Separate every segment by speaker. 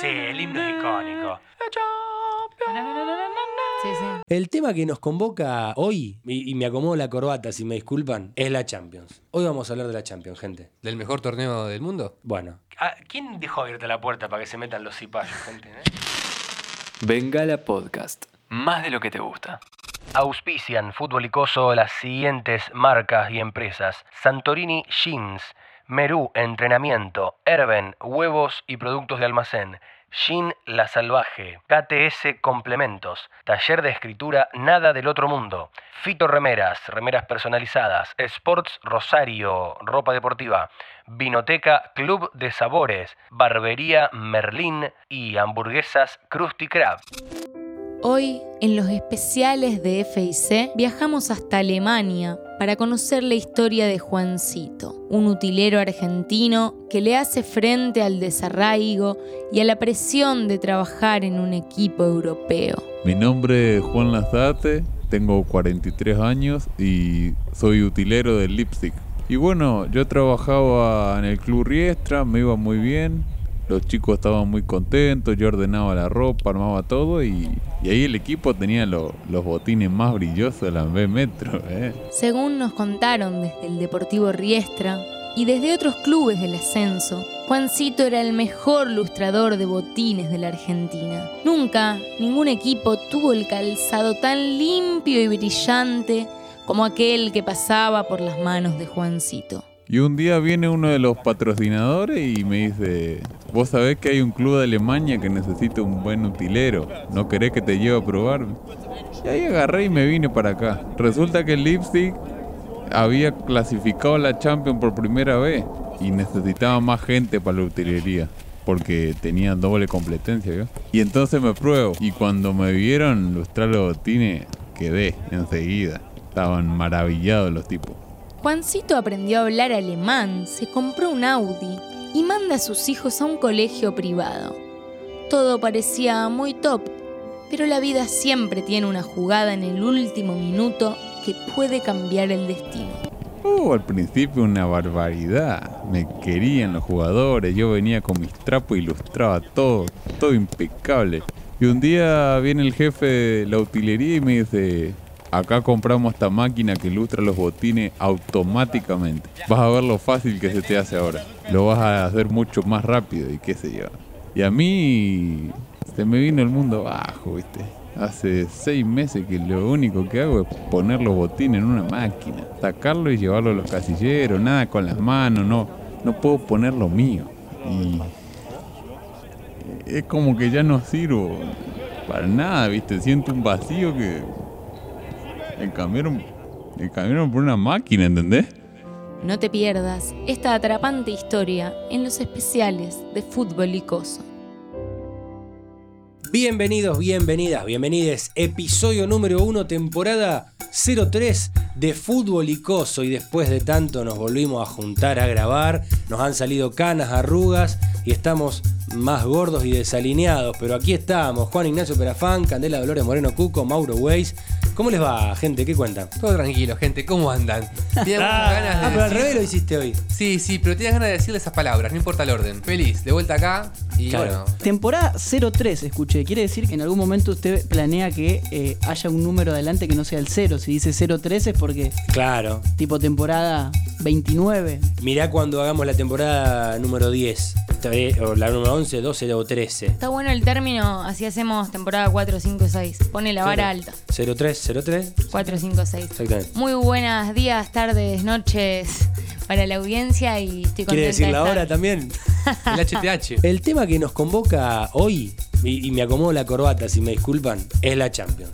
Speaker 1: Sí, el himno es icónico.
Speaker 2: Sí, sí.
Speaker 3: El tema que nos convoca hoy, y, y me acomodo la corbata si me disculpan, es la Champions. Hoy vamos a hablar de la Champions, gente.
Speaker 4: ¿Del mejor torneo del mundo?
Speaker 3: Bueno,
Speaker 1: Ah, ¿Quién dejó abierta la puerta para que se metan los cipayos, gente? eh?
Speaker 5: Bengala Podcast. Más de lo que te gusta.
Speaker 1: Auspician Fútbol y Coso las siguientes marcas y empresas: Santorini Jeans, Merú Entrenamiento, Herben Huevos y Productos de Almacén, Gin La Salvaje, KTS Complementos, Taller de Escritura Nada del Otro Mundo, Fito Remeras, Remeras Personalizadas, Sports Rosario, Ropa Deportiva, Vinoteca Club de Sabores, Barbería Merlín y Hamburguesas Krusty Krab.
Speaker 2: Hoy, en los especiales de FIC, viajamos hasta Alemania para conocer la historia de Juancito, un utilero argentino que le hace frente al desarraigo y a la presión de trabajar en un equipo europeo.
Speaker 6: Mi nombre es Juan Lazate, tengo 43 años y soy utilero del Leipzig. Y bueno, yo trabajaba en el Club Riestra, me iba muy bien, los chicos estaban muy contentos, yo ordenaba la ropa, armaba todo y, y ahí el equipo tenía lo- los botines más brillosos de la B Metro. ¿eh?
Speaker 2: Según nos contaron desde el Deportivo Riestra y desde otros clubes del ascenso, Juancito era el mejor lustrador de botines de la Argentina. Nunca ningún equipo tuvo el calzado tan limpio y brillante como aquel que pasaba por las manos de Juancito.
Speaker 6: Y un día viene uno de los patrocinadores y me dice, vos sabés que hay un club de Alemania que necesita un buen utilero, ¿no querés que te lleve a probar? Y ahí agarré y me vine para acá. Resulta que el Leipzig había clasificado a la Champions por primera vez y necesitaba más gente para la utilería. Porque tenía doble competencia, ¿vio? Y entonces me pruebo. Y cuando me vieron lustrar los botines, quedé enseguida. Estaban maravillados los tipos.
Speaker 2: Juancito aprendió a hablar alemán, se compró un Audi y manda a sus hijos a un colegio privado. Todo parecía muy top, pero la vida siempre tiene una jugada en el último minuto que puede cambiar el destino.
Speaker 6: Uh, al principio una barbaridad. Me querían los jugadores, yo venía con mis trapos, ilustraba todo, todo impecable. Y un día viene el jefe de la utilería y me dice, acá compramos esta máquina que ilustra los botines automáticamente. Vas a ver lo fácil que se te hace ahora. Lo vas a hacer mucho más rápido y qué sé yo. Y a mí se me vino el mundo abajo, viste. Hace seis meses que lo único que hago es poner los botines en una máquina, sacarlo y llevarlo a los casilleros, nada con las manos, no, no puedo poner lo mío. Y es como que ya no sirvo para nada, viste, siento un vacío que me cambiaron, me cambiaron por una máquina, ¿entendés?
Speaker 2: No te pierdas esta atrapante historia en los especiales de Fútbol y Coso.
Speaker 3: Bienvenidos, bienvenidas, bienvenides. Episodio número 1, temporada 03 de Fútbol y Coso. Y después de tanto nos volvimos a juntar a grabar. Nos han salido canas, arrugas y estamos más gordos y desalineados. Pero aquí estamos, Juan Ignacio Perafán, Candela Dolores Moreno Cuco, Mauro Weiss. ¿Cómo les va, gente? ¿Qué cuentan?
Speaker 4: Todo tranquilo, gente. ¿Cómo andan? Tenía muchas ganas de
Speaker 3: ah, pero al
Speaker 4: decir-
Speaker 3: revés lo hiciste hoy.
Speaker 4: Sí, sí, pero tenía ganas de decirle esas palabras, no importa el orden. Feliz, de vuelta acá y
Speaker 3: Claro.
Speaker 4: bueno.
Speaker 7: Temporada 03, escuché. Quiere decir que en algún momento usted planea que eh, haya un número adelante que no sea el 0. Si dice 03 es porque
Speaker 3: Claro.
Speaker 7: tipo temporada 29.
Speaker 3: Mirá cuando hagamos la temporada número 10, tre- o la número 11, 12 o 13.
Speaker 2: Está bueno el término, así hacemos temporada 4, 5, 6. Pone la vara alta.
Speaker 3: 03, 03.
Speaker 2: 4, 5, 6.
Speaker 3: Exactamente.
Speaker 2: Muy buenos días, tardes, noches para la audiencia y estoy contenta
Speaker 3: ¿Quiere decir
Speaker 2: de
Speaker 3: la
Speaker 2: estar.
Speaker 3: hora también?
Speaker 4: El HTH.
Speaker 3: El tema que nos convoca hoy, y, y me acomodo la corbata si me disculpan, es la Champions.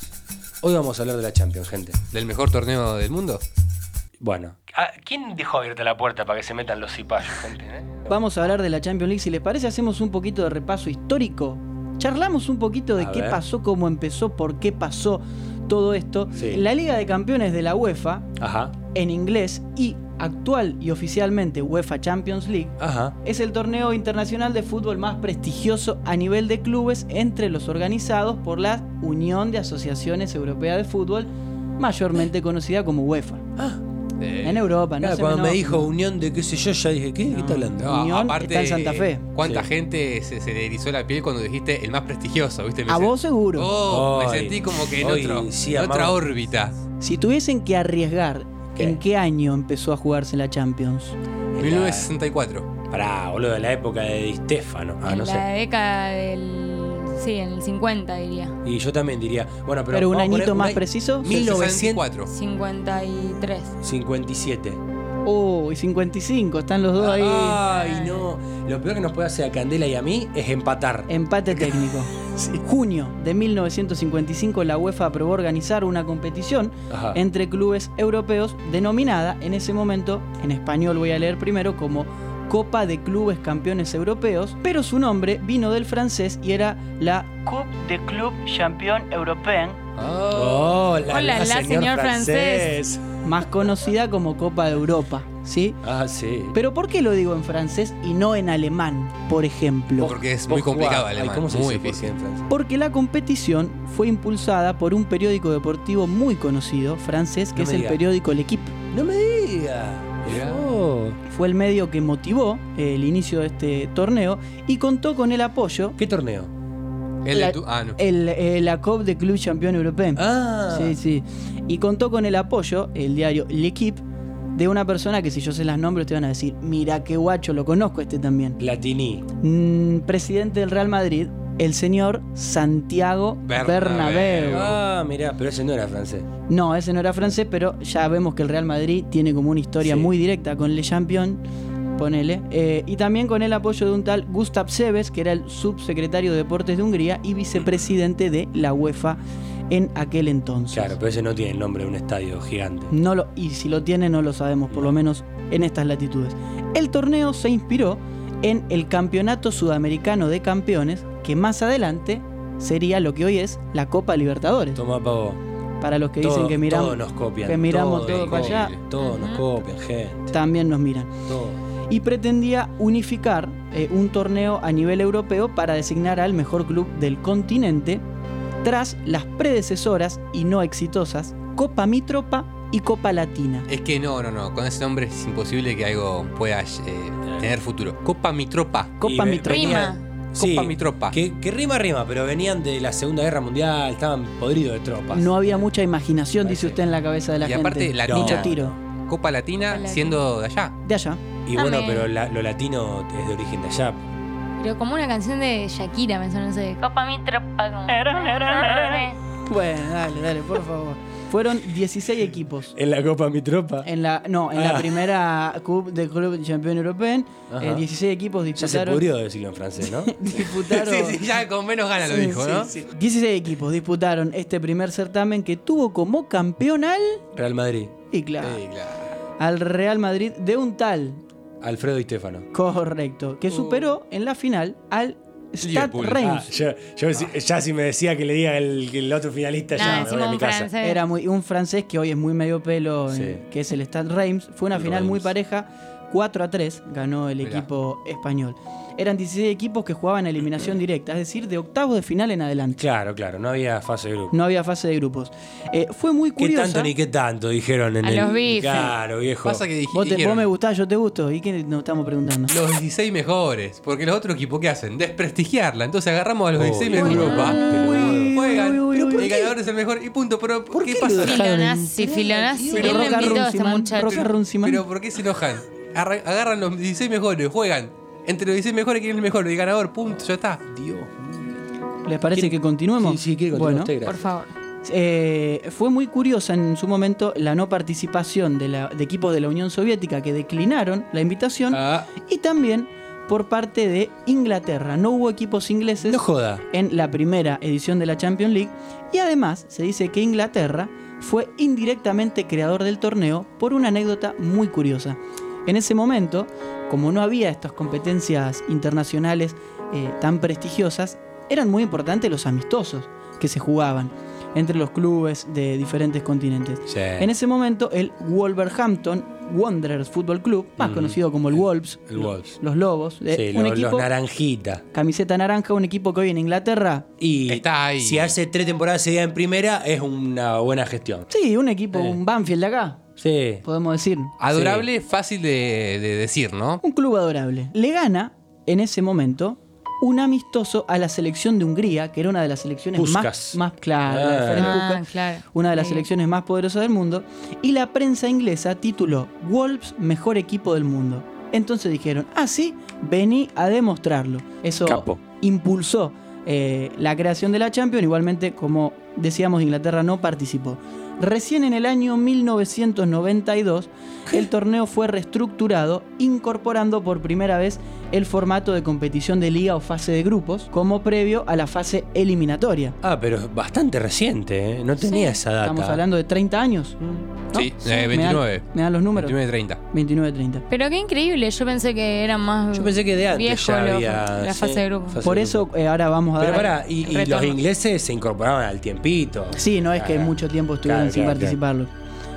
Speaker 3: Hoy vamos a hablar de la Champions, gente.
Speaker 4: ¿Del mejor torneo del mundo?
Speaker 3: Bueno,
Speaker 1: Ah, ¿Quién dejó abierta la puerta para que se metan los cipayos, gente? eh?
Speaker 7: Vamos a hablar de la Champions League. Si les parece, hacemos un poquito de repaso histórico. Charlamos un poquito de
Speaker 3: A
Speaker 7: qué
Speaker 3: ver.
Speaker 7: pasó, cómo empezó, por qué pasó todo esto.
Speaker 3: Sí.
Speaker 7: La Liga de Campeones de la UEFA,
Speaker 3: ajá,
Speaker 7: en inglés y actual y oficialmente UEFA Champions League,
Speaker 3: ajá.
Speaker 7: es el torneo internacional de fútbol más prestigioso a nivel de clubes entre los organizados por la Unión de Asociaciones Europeas de Fútbol, mayormente conocida como UEFA.
Speaker 4: Eh,
Speaker 7: En Europa, ¿no?
Speaker 3: Eh. Claro,
Speaker 7: se
Speaker 3: cuando
Speaker 7: no-
Speaker 3: me dijo unión de qué sé yo, ya dije, ¿qué? ¿De ¿Qué está hablando? Ah,
Speaker 4: no,
Speaker 7: Unión
Speaker 4: ah, aparte,
Speaker 7: está en Santa Fe.
Speaker 4: ¿Cuánta
Speaker 3: Sí.
Speaker 4: gente se, se le erizó la piel cuando dijiste el más prestigioso? ¿viste? Me
Speaker 7: A
Speaker 4: sen-
Speaker 7: vos seguro.
Speaker 4: Oh, me
Speaker 3: Hoy,
Speaker 4: sentí como que en,
Speaker 3: hoy
Speaker 4: otro,
Speaker 3: sí,
Speaker 4: en otra
Speaker 3: amamos.
Speaker 4: órbita.
Speaker 7: Si tuviesen que arriesgar,
Speaker 3: ¿Qué?
Speaker 7: ¿en qué año empezó a jugarse la Champions?
Speaker 3: En
Speaker 4: 1964.
Speaker 3: la- Pará, boludo, de la época de Di Stefano. Ah,
Speaker 2: en
Speaker 3: no
Speaker 2: la e-
Speaker 3: sé.
Speaker 2: década del. Sí, en el 50 diría.
Speaker 3: Y yo también diría, bueno, pero.
Speaker 7: Pero, un
Speaker 3: vamos a poner
Speaker 7: añito
Speaker 3: un
Speaker 7: más
Speaker 3: año-
Speaker 7: preciso.
Speaker 3: Mil-
Speaker 4: 1964.
Speaker 2: 53.
Speaker 3: 57.
Speaker 7: Uy, 55, están los dos ahí.
Speaker 3: Ay, no. Lo peor que nos puede hacer a Candela y a mí es empatar.
Speaker 7: Empate técnico. Junio de 1955 la UEFA aprobó organizar una competición
Speaker 3: Ajá.
Speaker 7: entre clubes europeos denominada en ese momento, en español voy a leer primero, como Copa de Clubes Campeones Europeos, pero su nombre vino del francés y era la Coupe de Club Champion Européen,
Speaker 3: Oh. Hola,
Speaker 2: Hola, la, señor francés.
Speaker 7: más conocida como Copa de Europa, ¿sí?
Speaker 3: Ah, sí.
Speaker 7: Pero ¿por qué lo digo en francés y no en alemán, por ejemplo?
Speaker 4: Porque es
Speaker 3: Vos
Speaker 4: muy complicado
Speaker 3: jugás. Ay,
Speaker 4: alemán.
Speaker 3: ¿Cómo se
Speaker 4: muy
Speaker 3: dice por qué
Speaker 4: difícil.
Speaker 3: en francés?
Speaker 7: Porque la competición fue impulsada por un periódico deportivo muy conocido, francés, que
Speaker 3: No
Speaker 7: es
Speaker 3: me
Speaker 7: el
Speaker 3: diga.
Speaker 7: periódico L'Equipe.
Speaker 3: No me diga.
Speaker 4: Mirá.
Speaker 3: Oh.
Speaker 7: Fue el medio que motivó eh, el inicio de este torneo y contó con el apoyo
Speaker 3: ¿Qué torneo?
Speaker 4: El de
Speaker 7: La-
Speaker 4: tu- ah, no.
Speaker 7: el, eh, la COP de Club Champion Europeo.
Speaker 3: Ah.
Speaker 7: Sí, sí. Y contó con el apoyo, el diario L'Equipe, de una persona que si yo se las nombro te van a decir, mira qué guacho, lo conozco este también.
Speaker 3: Platini.
Speaker 7: Mm, presidente del Real Madrid, el señor Santiago
Speaker 4: Bernabéu.
Speaker 7: Bernabéu.
Speaker 3: Ah, mirá, pero ese no era francés.
Speaker 7: No, ese no era francés, pero ya vemos que el Real Madrid tiene como una historia
Speaker 3: Sí.
Speaker 7: muy directa con Le Champion, ponele. eh, y también con el apoyo de un tal Gustav Seves, que era el subsecretario de Deportes de Hungría y vicepresidente de la UEFA en aquel entonces.
Speaker 3: Claro, pero ese no tiene el nombre de un estadio gigante.
Speaker 7: No lo, y si lo tiene, no lo sabemos, por lo menos en estas latitudes. El torneo se inspiró en el Campeonato Sudamericano de Campeones, que más adelante sería lo que hoy es la Copa Libertadores.
Speaker 3: Tomá pa' vos.
Speaker 7: Para los que dicen
Speaker 3: Todo-
Speaker 7: que miramos.
Speaker 3: todos nos copian.
Speaker 7: que
Speaker 3: todos
Speaker 7: miramos todo
Speaker 3: nos
Speaker 7: para allá.
Speaker 3: copian, Todos nos
Speaker 2: Ajá.
Speaker 3: copian, gente.
Speaker 7: también nos miran.
Speaker 3: Todos.
Speaker 7: Y pretendía unificar eh, un torneo a nivel europeo para designar al mejor club del continente tras las predecesoras y no exitosas Copa Mitropa y Copa Latina.
Speaker 4: Es que no, no, no. Con ese nombre es imposible que algo pueda eh, tener futuro. Copa mi tropa.
Speaker 7: Copa
Speaker 3: ve-
Speaker 7: Mitropa.
Speaker 2: Rima.
Speaker 3: venían-
Speaker 4: Copa
Speaker 3: sí,
Speaker 4: mi
Speaker 7: Ah.
Speaker 4: tropa.
Speaker 3: Que, que rima, rima, pero venían de la Segunda Guerra Mundial, estaban podridos de tropas.
Speaker 7: No había mucha imaginación,
Speaker 3: Parece.
Speaker 7: dice usted en la cabeza de la
Speaker 4: Y
Speaker 7: gente.
Speaker 4: aparte, latina.
Speaker 7: Mucho tiro.
Speaker 4: Copa
Speaker 2: Copa
Speaker 4: Latina
Speaker 2: Latina.
Speaker 4: siendo de allá.
Speaker 7: De allá.
Speaker 3: Y bueno,
Speaker 2: Amén.
Speaker 3: pero la- lo latino es de origen de allá.
Speaker 2: Pero como una canción de Shakira, me sonó ese. Copa mi tropa. como-
Speaker 7: Bueno, dale, dale, por favor. Fueron 16 equipos.
Speaker 3: En la Copa Mi Tropa.
Speaker 7: En la, no, en
Speaker 3: Ah.
Speaker 7: la primera Cup del Club Champion Europeo,
Speaker 3: Ajá.
Speaker 7: 16 equipos
Speaker 3: Ya se
Speaker 7: disputaron.
Speaker 3: pudrió decirlo en francés, ¿no?
Speaker 7: disputaron
Speaker 4: Sí, sí, ya con menos ganas lo
Speaker 7: Sí,
Speaker 4: dijo,
Speaker 7: sí,
Speaker 4: ¿no?
Speaker 7: sí. 16 equipos disputaron este primer certamen que tuvo como campeón al.
Speaker 3: Real Madrid.
Speaker 7: Y claro,
Speaker 4: Sí, claro.
Speaker 7: al Real Madrid de un tal.
Speaker 3: Alfredo y Stefano.
Speaker 7: Correcto.
Speaker 3: Uh.
Speaker 7: Que superó en la final al Stad
Speaker 4: Liverpool.
Speaker 3: Ah,
Speaker 7: Reims.
Speaker 3: yo, yo si- ya si me decía que le diga el, el otro finalista,
Speaker 2: Nah,
Speaker 3: ya me voy
Speaker 2: encima
Speaker 3: a mi
Speaker 2: un
Speaker 3: casa.
Speaker 2: francés.
Speaker 7: Era muy, un francés que hoy es muy medio pelo,
Speaker 3: Sí.
Speaker 7: eh, que es el Stad Reims. Fue una
Speaker 3: El
Speaker 7: final muy
Speaker 3: Reims.
Speaker 7: pareja. 4 a 3 ganó el
Speaker 4: Mirá.
Speaker 7: equipo español. Eran 16 equipos que jugaban eliminación
Speaker 3: Mm.
Speaker 7: directa, es decir, de octavos de final en adelante.
Speaker 3: Claro, claro, no había fase de grupo.
Speaker 7: No había fase de grupos. Eh, fue muy
Speaker 3: ¿Qué
Speaker 7: curiosa.
Speaker 3: tanto ni qué tanto dijeron en
Speaker 2: A
Speaker 3: el.
Speaker 2: los bifes.
Speaker 3: Claro, viejo.
Speaker 4: Pasa que dij-
Speaker 7: Vos, te- vos
Speaker 4: dijeron,
Speaker 7: me gustás, yo te gusto. ¿Y qué nos estamos preguntando?
Speaker 4: los 16 mejores. Porque los otros equipos, ¿qué hacen? Desprestigiarla. Entonces agarramos a los
Speaker 3: Oh,
Speaker 4: 16 mejores de
Speaker 3: bueno.
Speaker 4: Europa.
Speaker 7: Uy,
Speaker 4: Juegan.
Speaker 7: uy, uy,
Speaker 4: pero
Speaker 7: uy,
Speaker 4: el ganador es el mejor. Y punto. Pero, ¿qué
Speaker 7: qué
Speaker 4: pasa?
Speaker 7: lo-
Speaker 2: Filonazzi, Filonazzi.
Speaker 7: Pero
Speaker 2: ¿Quién lo
Speaker 7: Roca
Speaker 2: invitó a este
Speaker 7: Runciman,
Speaker 2: muchacho?
Speaker 7: Roca Runciman.
Speaker 4: Pero ¿por qué se enojan? Arran- agarran los 16 mejores, juegan. Entre los 16 mejores, ¿quién es el mejor? El ganador, punto, ya está.
Speaker 3: Dios.
Speaker 7: ¿Les parece que continuemos?
Speaker 3: Sí, sí, quiero
Speaker 7: Bueno,
Speaker 3: continuar
Speaker 2: Por
Speaker 3: usted, gracias.
Speaker 2: favor.
Speaker 7: eh, fue muy curiosa en su momento la no participación de, la- de equipos de la Unión Soviética que declinaron la invitación
Speaker 3: Ah,
Speaker 7: y también por parte de Inglaterra. No hubo equipos ingleses
Speaker 3: no joda.
Speaker 7: en la primera edición de la Champions League y además se dice que Inglaterra fue indirectamente creador del torneo por una anécdota muy curiosa. En ese momento, como no había estas competencias internacionales eh, tan prestigiosas, eran muy importantes los amistosos que se jugaban entre los clubes de diferentes continentes.
Speaker 3: Sí.
Speaker 7: En ese momento, el Wolverhampton Wanderers Football Club, más
Speaker 3: Mm.
Speaker 7: conocido como el Wolves,
Speaker 3: El Wolves.
Speaker 7: los Lobos, eh,
Speaker 3: Sí,
Speaker 7: un
Speaker 3: los, los
Speaker 7: equipo,
Speaker 3: naranjitas.
Speaker 7: camiseta naranja, un equipo que hoy en Inglaterra
Speaker 3: Y
Speaker 4: Está ahí.
Speaker 3: si hace tres temporadas seguidas en primera, es una buena gestión.
Speaker 7: Sí, un equipo,
Speaker 3: Sí.
Speaker 7: un Banfield de acá.
Speaker 3: Sí.
Speaker 7: podemos decir.
Speaker 4: Adorable, fácil de, de decir, ¿no?
Speaker 7: Un club adorable. Le gana, en ese momento, un amistoso a la selección de Hungría, que era una de las selecciones
Speaker 3: Puskas.
Speaker 7: más, más claras, la de Ferenc
Speaker 2: Ah,
Speaker 7: Puskas,
Speaker 2: claro.
Speaker 7: una de las
Speaker 2: Sí.
Speaker 7: selecciones más poderosas del mundo, y la prensa inglesa tituló Wolves mejor equipo del mundo. Entonces dijeron, ah, sí, vení a demostrarlo. Eso
Speaker 3: Capo.
Speaker 7: impulsó eh, la creación de la Champions, igualmente como decíamos Inglaterra no participó. Recién en el año 1992 el torneo fue reestructurado incorporando por primera vez el formato de competición de liga o fase de grupos como previo a la fase eliminatoria.
Speaker 3: Ah, pero es bastante reciente, ¿eh? No tenía esa data.
Speaker 7: Estamos hablando de 30 años. ¿no?
Speaker 4: Sí, eh,
Speaker 7: me dan-
Speaker 4: 29.
Speaker 7: Me dan, los números.
Speaker 4: 29 de 30.
Speaker 7: 29, 30.
Speaker 2: Pero qué increíble, yo pensé que era más
Speaker 3: Yo pensé que de antes
Speaker 2: viejo
Speaker 3: ya
Speaker 2: lo-
Speaker 3: había,
Speaker 2: la
Speaker 3: sí,
Speaker 2: fase de grupo.
Speaker 3: fase-
Speaker 7: Por eso eh, ahora vamos a
Speaker 3: Pero
Speaker 7: dar...
Speaker 3: pará, y, y los
Speaker 2: Retorno.
Speaker 3: ingleses se incorporaron al tiempito.
Speaker 7: Sí, no es que
Speaker 3: Claro.
Speaker 7: mucho tiempo estuvieron
Speaker 3: Claro,
Speaker 7: sin
Speaker 3: claro,
Speaker 7: participarlo.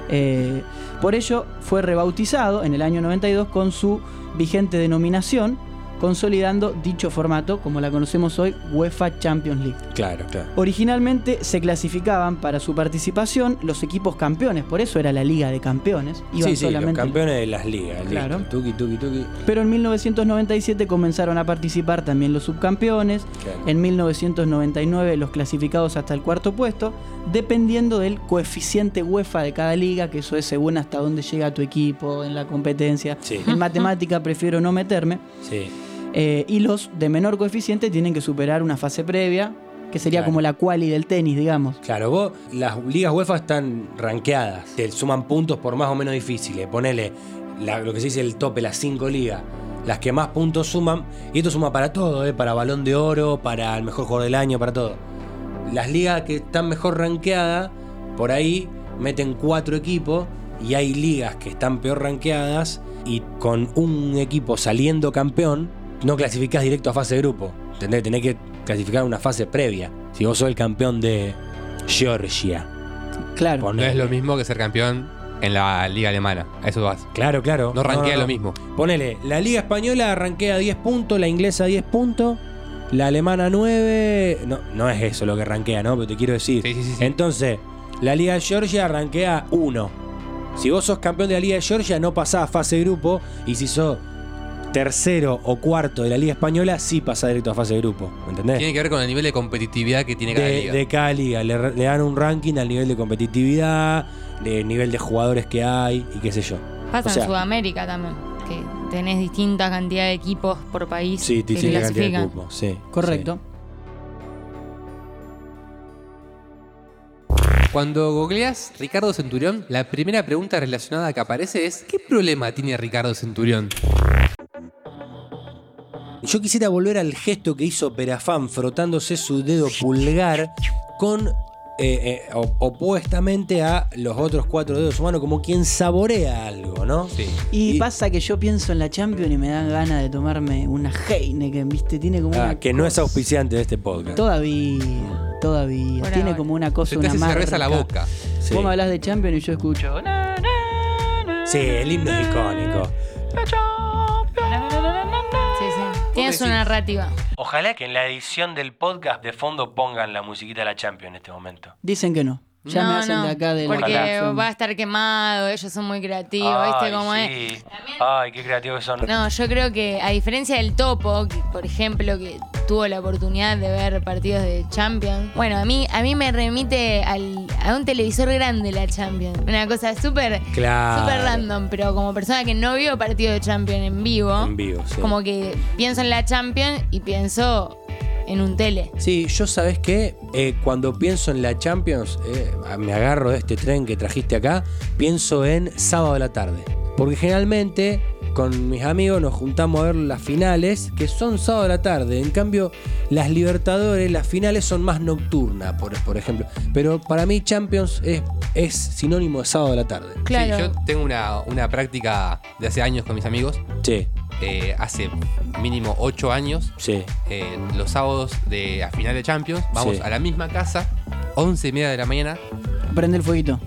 Speaker 7: Eh, por ello fue rebautizado en el año 92 con su vigente denominación, consolidando dicho formato como la conocemos hoy, UEFA Champions League.
Speaker 3: Claro, claro.
Speaker 7: Originalmente se clasificaban para su participación los equipos campeones, por eso era la Liga de Campeones. Iban
Speaker 3: sí, sí, los
Speaker 7: solamente-
Speaker 3: campeones de las ligas.
Speaker 7: Claro.
Speaker 3: Listo. Tuki, tuki, tuki.
Speaker 7: Pero en 1997 comenzaron a participar también los subcampeones,
Speaker 3: Claro.
Speaker 7: en 1999 los clasificados hasta el cuarto puesto, dependiendo del coeficiente UEFA de cada liga, que eso es según hasta dónde llega tu equipo en la competencia.
Speaker 3: Sí.
Speaker 7: En matemática prefiero no meterme.
Speaker 3: Sí.
Speaker 7: Eh, y los de menor coeficiente tienen que superar una fase previa, que sería
Speaker 3: Claro.
Speaker 7: como la quali del tenis, digamos.
Speaker 3: Claro, vos, las ligas UEFA están rankeadas, te suman puntos por más o menos difíciles. Ponele la- lo que se dice el tope, las cinco ligas, las que más puntos suman, y esto suma para todo, ¿eh? para balón de oro, para el mejor jugador del año, para todo. Las ligas que están mejor rankeadas, por ahí meten cuatro equipos, y hay ligas que están peor rankeadas, y con un equipo saliendo campeón, no clasificás directo a fase de grupo. ¿Entendés? Tenés que clasificar a una fase previa. Si vos sos el campeón de, Georgia.
Speaker 7: Claro.
Speaker 4: No
Speaker 3: Ponele.
Speaker 4: es lo mismo que ser campeón en la liga alemana. A eso vas.
Speaker 3: Claro, claro.
Speaker 4: No
Speaker 3: no,
Speaker 4: ranquea
Speaker 3: no.
Speaker 4: lo mismo.
Speaker 3: Ponele, la liga española ranquea 10 puntos, la inglesa 10 puntos, la alemana 9. No, no es eso lo que ranquea, ¿no? Pero te quiero decir.
Speaker 4: Sí, sí, sí. sí.
Speaker 3: Entonces, la liga de Georgia ranquea 1. Si vos sos campeón de la liga de Georgia, no pasás a fase de grupo. Y si sos tercero o cuarto de la liga española, sí pasás directo a fase de grupo. ¿Me entendés?
Speaker 4: Tiene que ver con el nivel de competitividad que tiene cada
Speaker 3: de,
Speaker 4: liga.
Speaker 3: de cada liga. Le, le dan un ranking al nivel de competitividad, de nivel de jugadores que hay y qué sé yo.
Speaker 2: Pasa
Speaker 3: O sea-
Speaker 2: en Sudamérica también, que tenés distinta cantidad de equipos por país
Speaker 3: Sí,
Speaker 2: que
Speaker 3: distinta cantidad de
Speaker 2: clasifican.
Speaker 3: cupo, sí.
Speaker 7: Correcto.
Speaker 4: Cuando googleas Ricardo Centurión, la primera pregunta relacionada que aparece es ¿qué problema tiene Ricardo Centurión?
Speaker 3: sí. Yo quisiera volver al gesto que hizo Perafán frotándose su dedo pulgar con. eh, eh, o- opuestamente a los otros cuatro dedos humanos, como quien saborea algo, ¿no?
Speaker 4: Sí.
Speaker 7: Y,
Speaker 3: Y-
Speaker 7: pasa que yo pienso en la Champions y me dan ganas de tomarme una Heineken, ¿viste? Tiene como
Speaker 3: Ah,
Speaker 7: una
Speaker 3: que no es
Speaker 7: cosa-
Speaker 3: auspiciante de este podcast.
Speaker 7: Todavía, todavía.
Speaker 2: Por
Speaker 7: Tiene
Speaker 2: ahora.
Speaker 7: como una cosa,
Speaker 4: Se te
Speaker 7: una
Speaker 4: hace
Speaker 7: marca.
Speaker 4: cerveza a la boca.
Speaker 3: Sí.
Speaker 7: Vos me hablas de Champions y yo escucho.
Speaker 3: Sí, el himno es icónico.
Speaker 2: Sí, sí. Tienes
Speaker 4: decís?
Speaker 2: una narrativa.
Speaker 1: Ojalá que en la edición del podcast de fondo pongan la musiquita de la Champions en este momento.
Speaker 7: Dicen que no. Ya
Speaker 2: no,
Speaker 7: me hacen
Speaker 2: no,
Speaker 7: de acá de la
Speaker 2: Porque
Speaker 7: Champions.
Speaker 2: va a estar quemado, ellos son muy creativos, ¿viste cómo es?
Speaker 1: sí. Ay, qué creativos que son.
Speaker 2: No, yo creo que a diferencia del Topo, que, por ejemplo, que tuvo la oportunidad de ver partidos de Champions, bueno, a mí, a mí me remite al- a un televisor grande la Champions. Una cosa súper
Speaker 3: Claro.
Speaker 2: súper random, pero como persona que no vio partido de Champions en vivo,
Speaker 3: En vivo, sí.
Speaker 2: como que pienso en la Champions y pienso en un tele.
Speaker 3: Sí, yo sabes qué, Eh, cuando pienso en la Champions, eh, me agarro de este tren que trajiste acá, pienso en sábado de la tarde. Porque generalmente con mis amigos nos juntamos a ver las finales, que son sábado de la tarde. En cambio, las Libertadores, las finales son más nocturnas, por, por ejemplo. Pero para mí Champions es, es sinónimo de sábado de la tarde.
Speaker 2: Claro.
Speaker 4: Sí, yo tengo una, una práctica de hace años con mis amigos.
Speaker 3: Sí,
Speaker 4: Eh, hace mínimo 8 años,
Speaker 3: sí.
Speaker 4: eh, los sábados de, a final de Champions, vamos
Speaker 3: Sí.
Speaker 4: a la misma casa, 11 y media de la mañana.
Speaker 7: Prende el fueguito.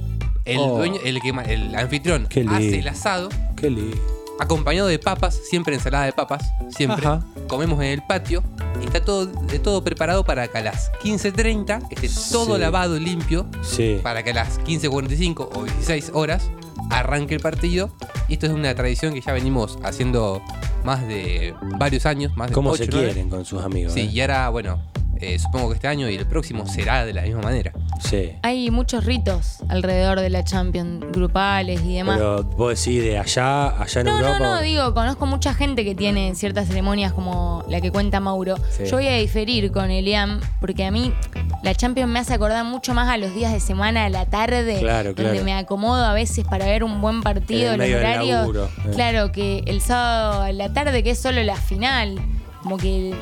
Speaker 4: El
Speaker 3: Oh.
Speaker 4: dueño, el, que ma- el anfitrión
Speaker 3: Qué
Speaker 4: hace
Speaker 3: lindo.
Speaker 4: el asado,
Speaker 3: Qué lindo.
Speaker 4: acompañado de papas, siempre ensalada de papas, siempre.
Speaker 3: Ajá.
Speaker 4: Comemos en el patio y está todo, de todo preparado para que a las 15.30 esté todo
Speaker 3: Sí.
Speaker 4: lavado, limpio,
Speaker 3: Sí.
Speaker 4: para que a las 15.45 o 16 horas arranque el partido. Y esto es una tradición que ya venimos haciendo más de varios años, más de
Speaker 3: ¿Cómo
Speaker 4: ocho,
Speaker 3: se
Speaker 4: nueve.
Speaker 3: quieren con sus amigos?
Speaker 4: Sí,
Speaker 3: eh?
Speaker 4: y ahora, bueno, eh, supongo que este año y el próximo será de la misma manera.
Speaker 3: Sí.
Speaker 2: Hay muchos ritos alrededor de la Champions, grupales y demás.
Speaker 3: Pero vos decís de allá, allá en
Speaker 2: no,
Speaker 3: Europa.
Speaker 2: no, no, digo, conozco mucha gente que tiene ciertas ceremonias como la que cuenta Mauro.
Speaker 3: Sí.
Speaker 2: Yo voy a diferir con Eliam porque a mí la Champions me hace acordar mucho más a los días de semana, a la tarde,
Speaker 3: Claro,
Speaker 2: donde
Speaker 3: claro.
Speaker 2: me acomodo a veces para ver un buen partido,
Speaker 3: En el medio
Speaker 2: los
Speaker 3: del
Speaker 2: horarios.
Speaker 3: laburo, eh.
Speaker 2: Claro, que el sábado a la tarde, que es solo la final, como que,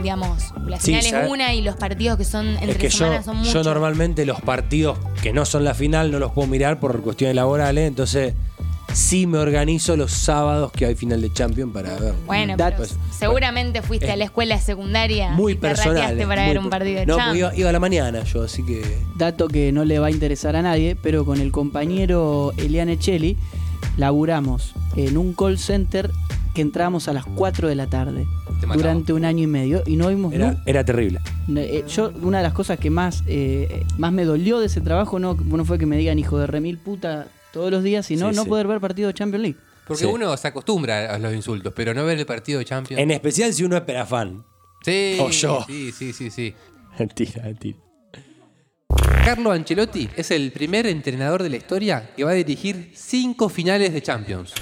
Speaker 2: digamos, la
Speaker 3: Sí,
Speaker 2: final
Speaker 3: ¿sabes?
Speaker 2: es una y los partidos que son entre
Speaker 3: es que
Speaker 2: semana
Speaker 3: yo,
Speaker 2: son
Speaker 3: yo
Speaker 2: muchos.
Speaker 3: normalmente los partidos que no son la final no los puedo mirar por cuestiones laborales, entonces sí me organizo los sábados que hay final de Champions para ver.
Speaker 2: Bueno,
Speaker 7: Dat-
Speaker 2: pero
Speaker 3: pues,
Speaker 2: seguramente fuiste
Speaker 3: eh,
Speaker 2: a la escuela secundaria y
Speaker 3: Muy
Speaker 2: te
Speaker 3: personal.
Speaker 2: rateaste
Speaker 3: eh,
Speaker 2: para
Speaker 3: muy
Speaker 2: ver un
Speaker 3: per-
Speaker 2: partido de
Speaker 3: No,
Speaker 2: Champions.
Speaker 3: pues iba, iba a la mañana yo, así que.
Speaker 7: Dato que no le va a interesar a nadie, pero con el compañero Eliane Echelli laburamos en un call center que entrábamos a las 4 de la tarde
Speaker 4: Te mataba.
Speaker 7: durante un año y medio y no vimos
Speaker 3: Era, era terrible.
Speaker 7: No, eh, Yo, una de las cosas que más, eh, más me dolió de ese trabajo no, no fue que me digan hijo de remil puta todos los días, sino
Speaker 3: Sí,
Speaker 7: no
Speaker 3: sí.
Speaker 7: poder ver partido de Champions League.
Speaker 4: Porque
Speaker 3: Sí.
Speaker 4: uno se acostumbra a los insultos, pero no ver el partido de Champions.
Speaker 3: En especial si uno es perafán.
Speaker 4: Sí,
Speaker 3: o yo.
Speaker 4: sí, sí, sí, sí.
Speaker 3: Mentira, mentira.
Speaker 4: Carlo Ancelotti es el primer entrenador de la historia que va a dirigir cinco finales de Champions.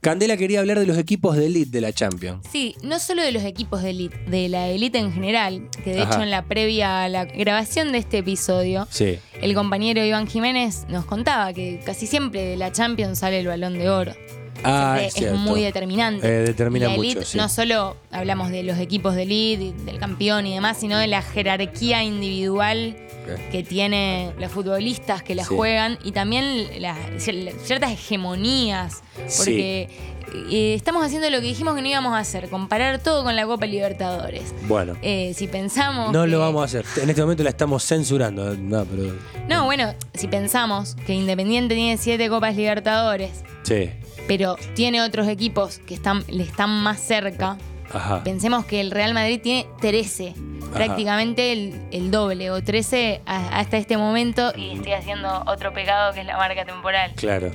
Speaker 3: Candela quería hablar de los equipos de elite de la Champions.
Speaker 2: Sí, no solo de los equipos de elite, de la elite en general, que de
Speaker 3: Ajá.
Speaker 2: hecho en la previa a la grabación de este episodio,
Speaker 3: Sí.
Speaker 2: el compañero Iván Jiménez nos contaba que casi siempre de la Champions sale el balón de oro.
Speaker 3: Ah,
Speaker 2: Siempre
Speaker 3: es, cierto.
Speaker 2: muy determinante.
Speaker 3: Eh, determina
Speaker 2: la elite,
Speaker 3: mucho, sí.
Speaker 2: No solo hablamos de los equipos de elite, y del campeón y demás, sino de la jerarquía individual que tiene los futbolistas que la
Speaker 3: Sí.
Speaker 2: juegan y también las ciertas hegemonías. Porque eh, estamos haciendo lo que dijimos que no íbamos a hacer, comparar todo con la Copa Libertadores.
Speaker 3: Bueno.
Speaker 2: Eh, si pensamos.
Speaker 3: No
Speaker 2: que-
Speaker 3: lo vamos a hacer. En este momento la estamos censurando. eh, No, pero.
Speaker 2: No, bueno, si pensamos que Independiente tiene siete Copas Libertadores,
Speaker 3: Sí.
Speaker 2: pero tiene otros equipos que están, le están más cerca.
Speaker 3: Ajá.
Speaker 2: Pensemos que el Real Madrid tiene 13, prácticamente el, el doble, o 13 a- hasta este momento. Y estoy haciendo otro pecado que es la marca temporal.
Speaker 3: Claro.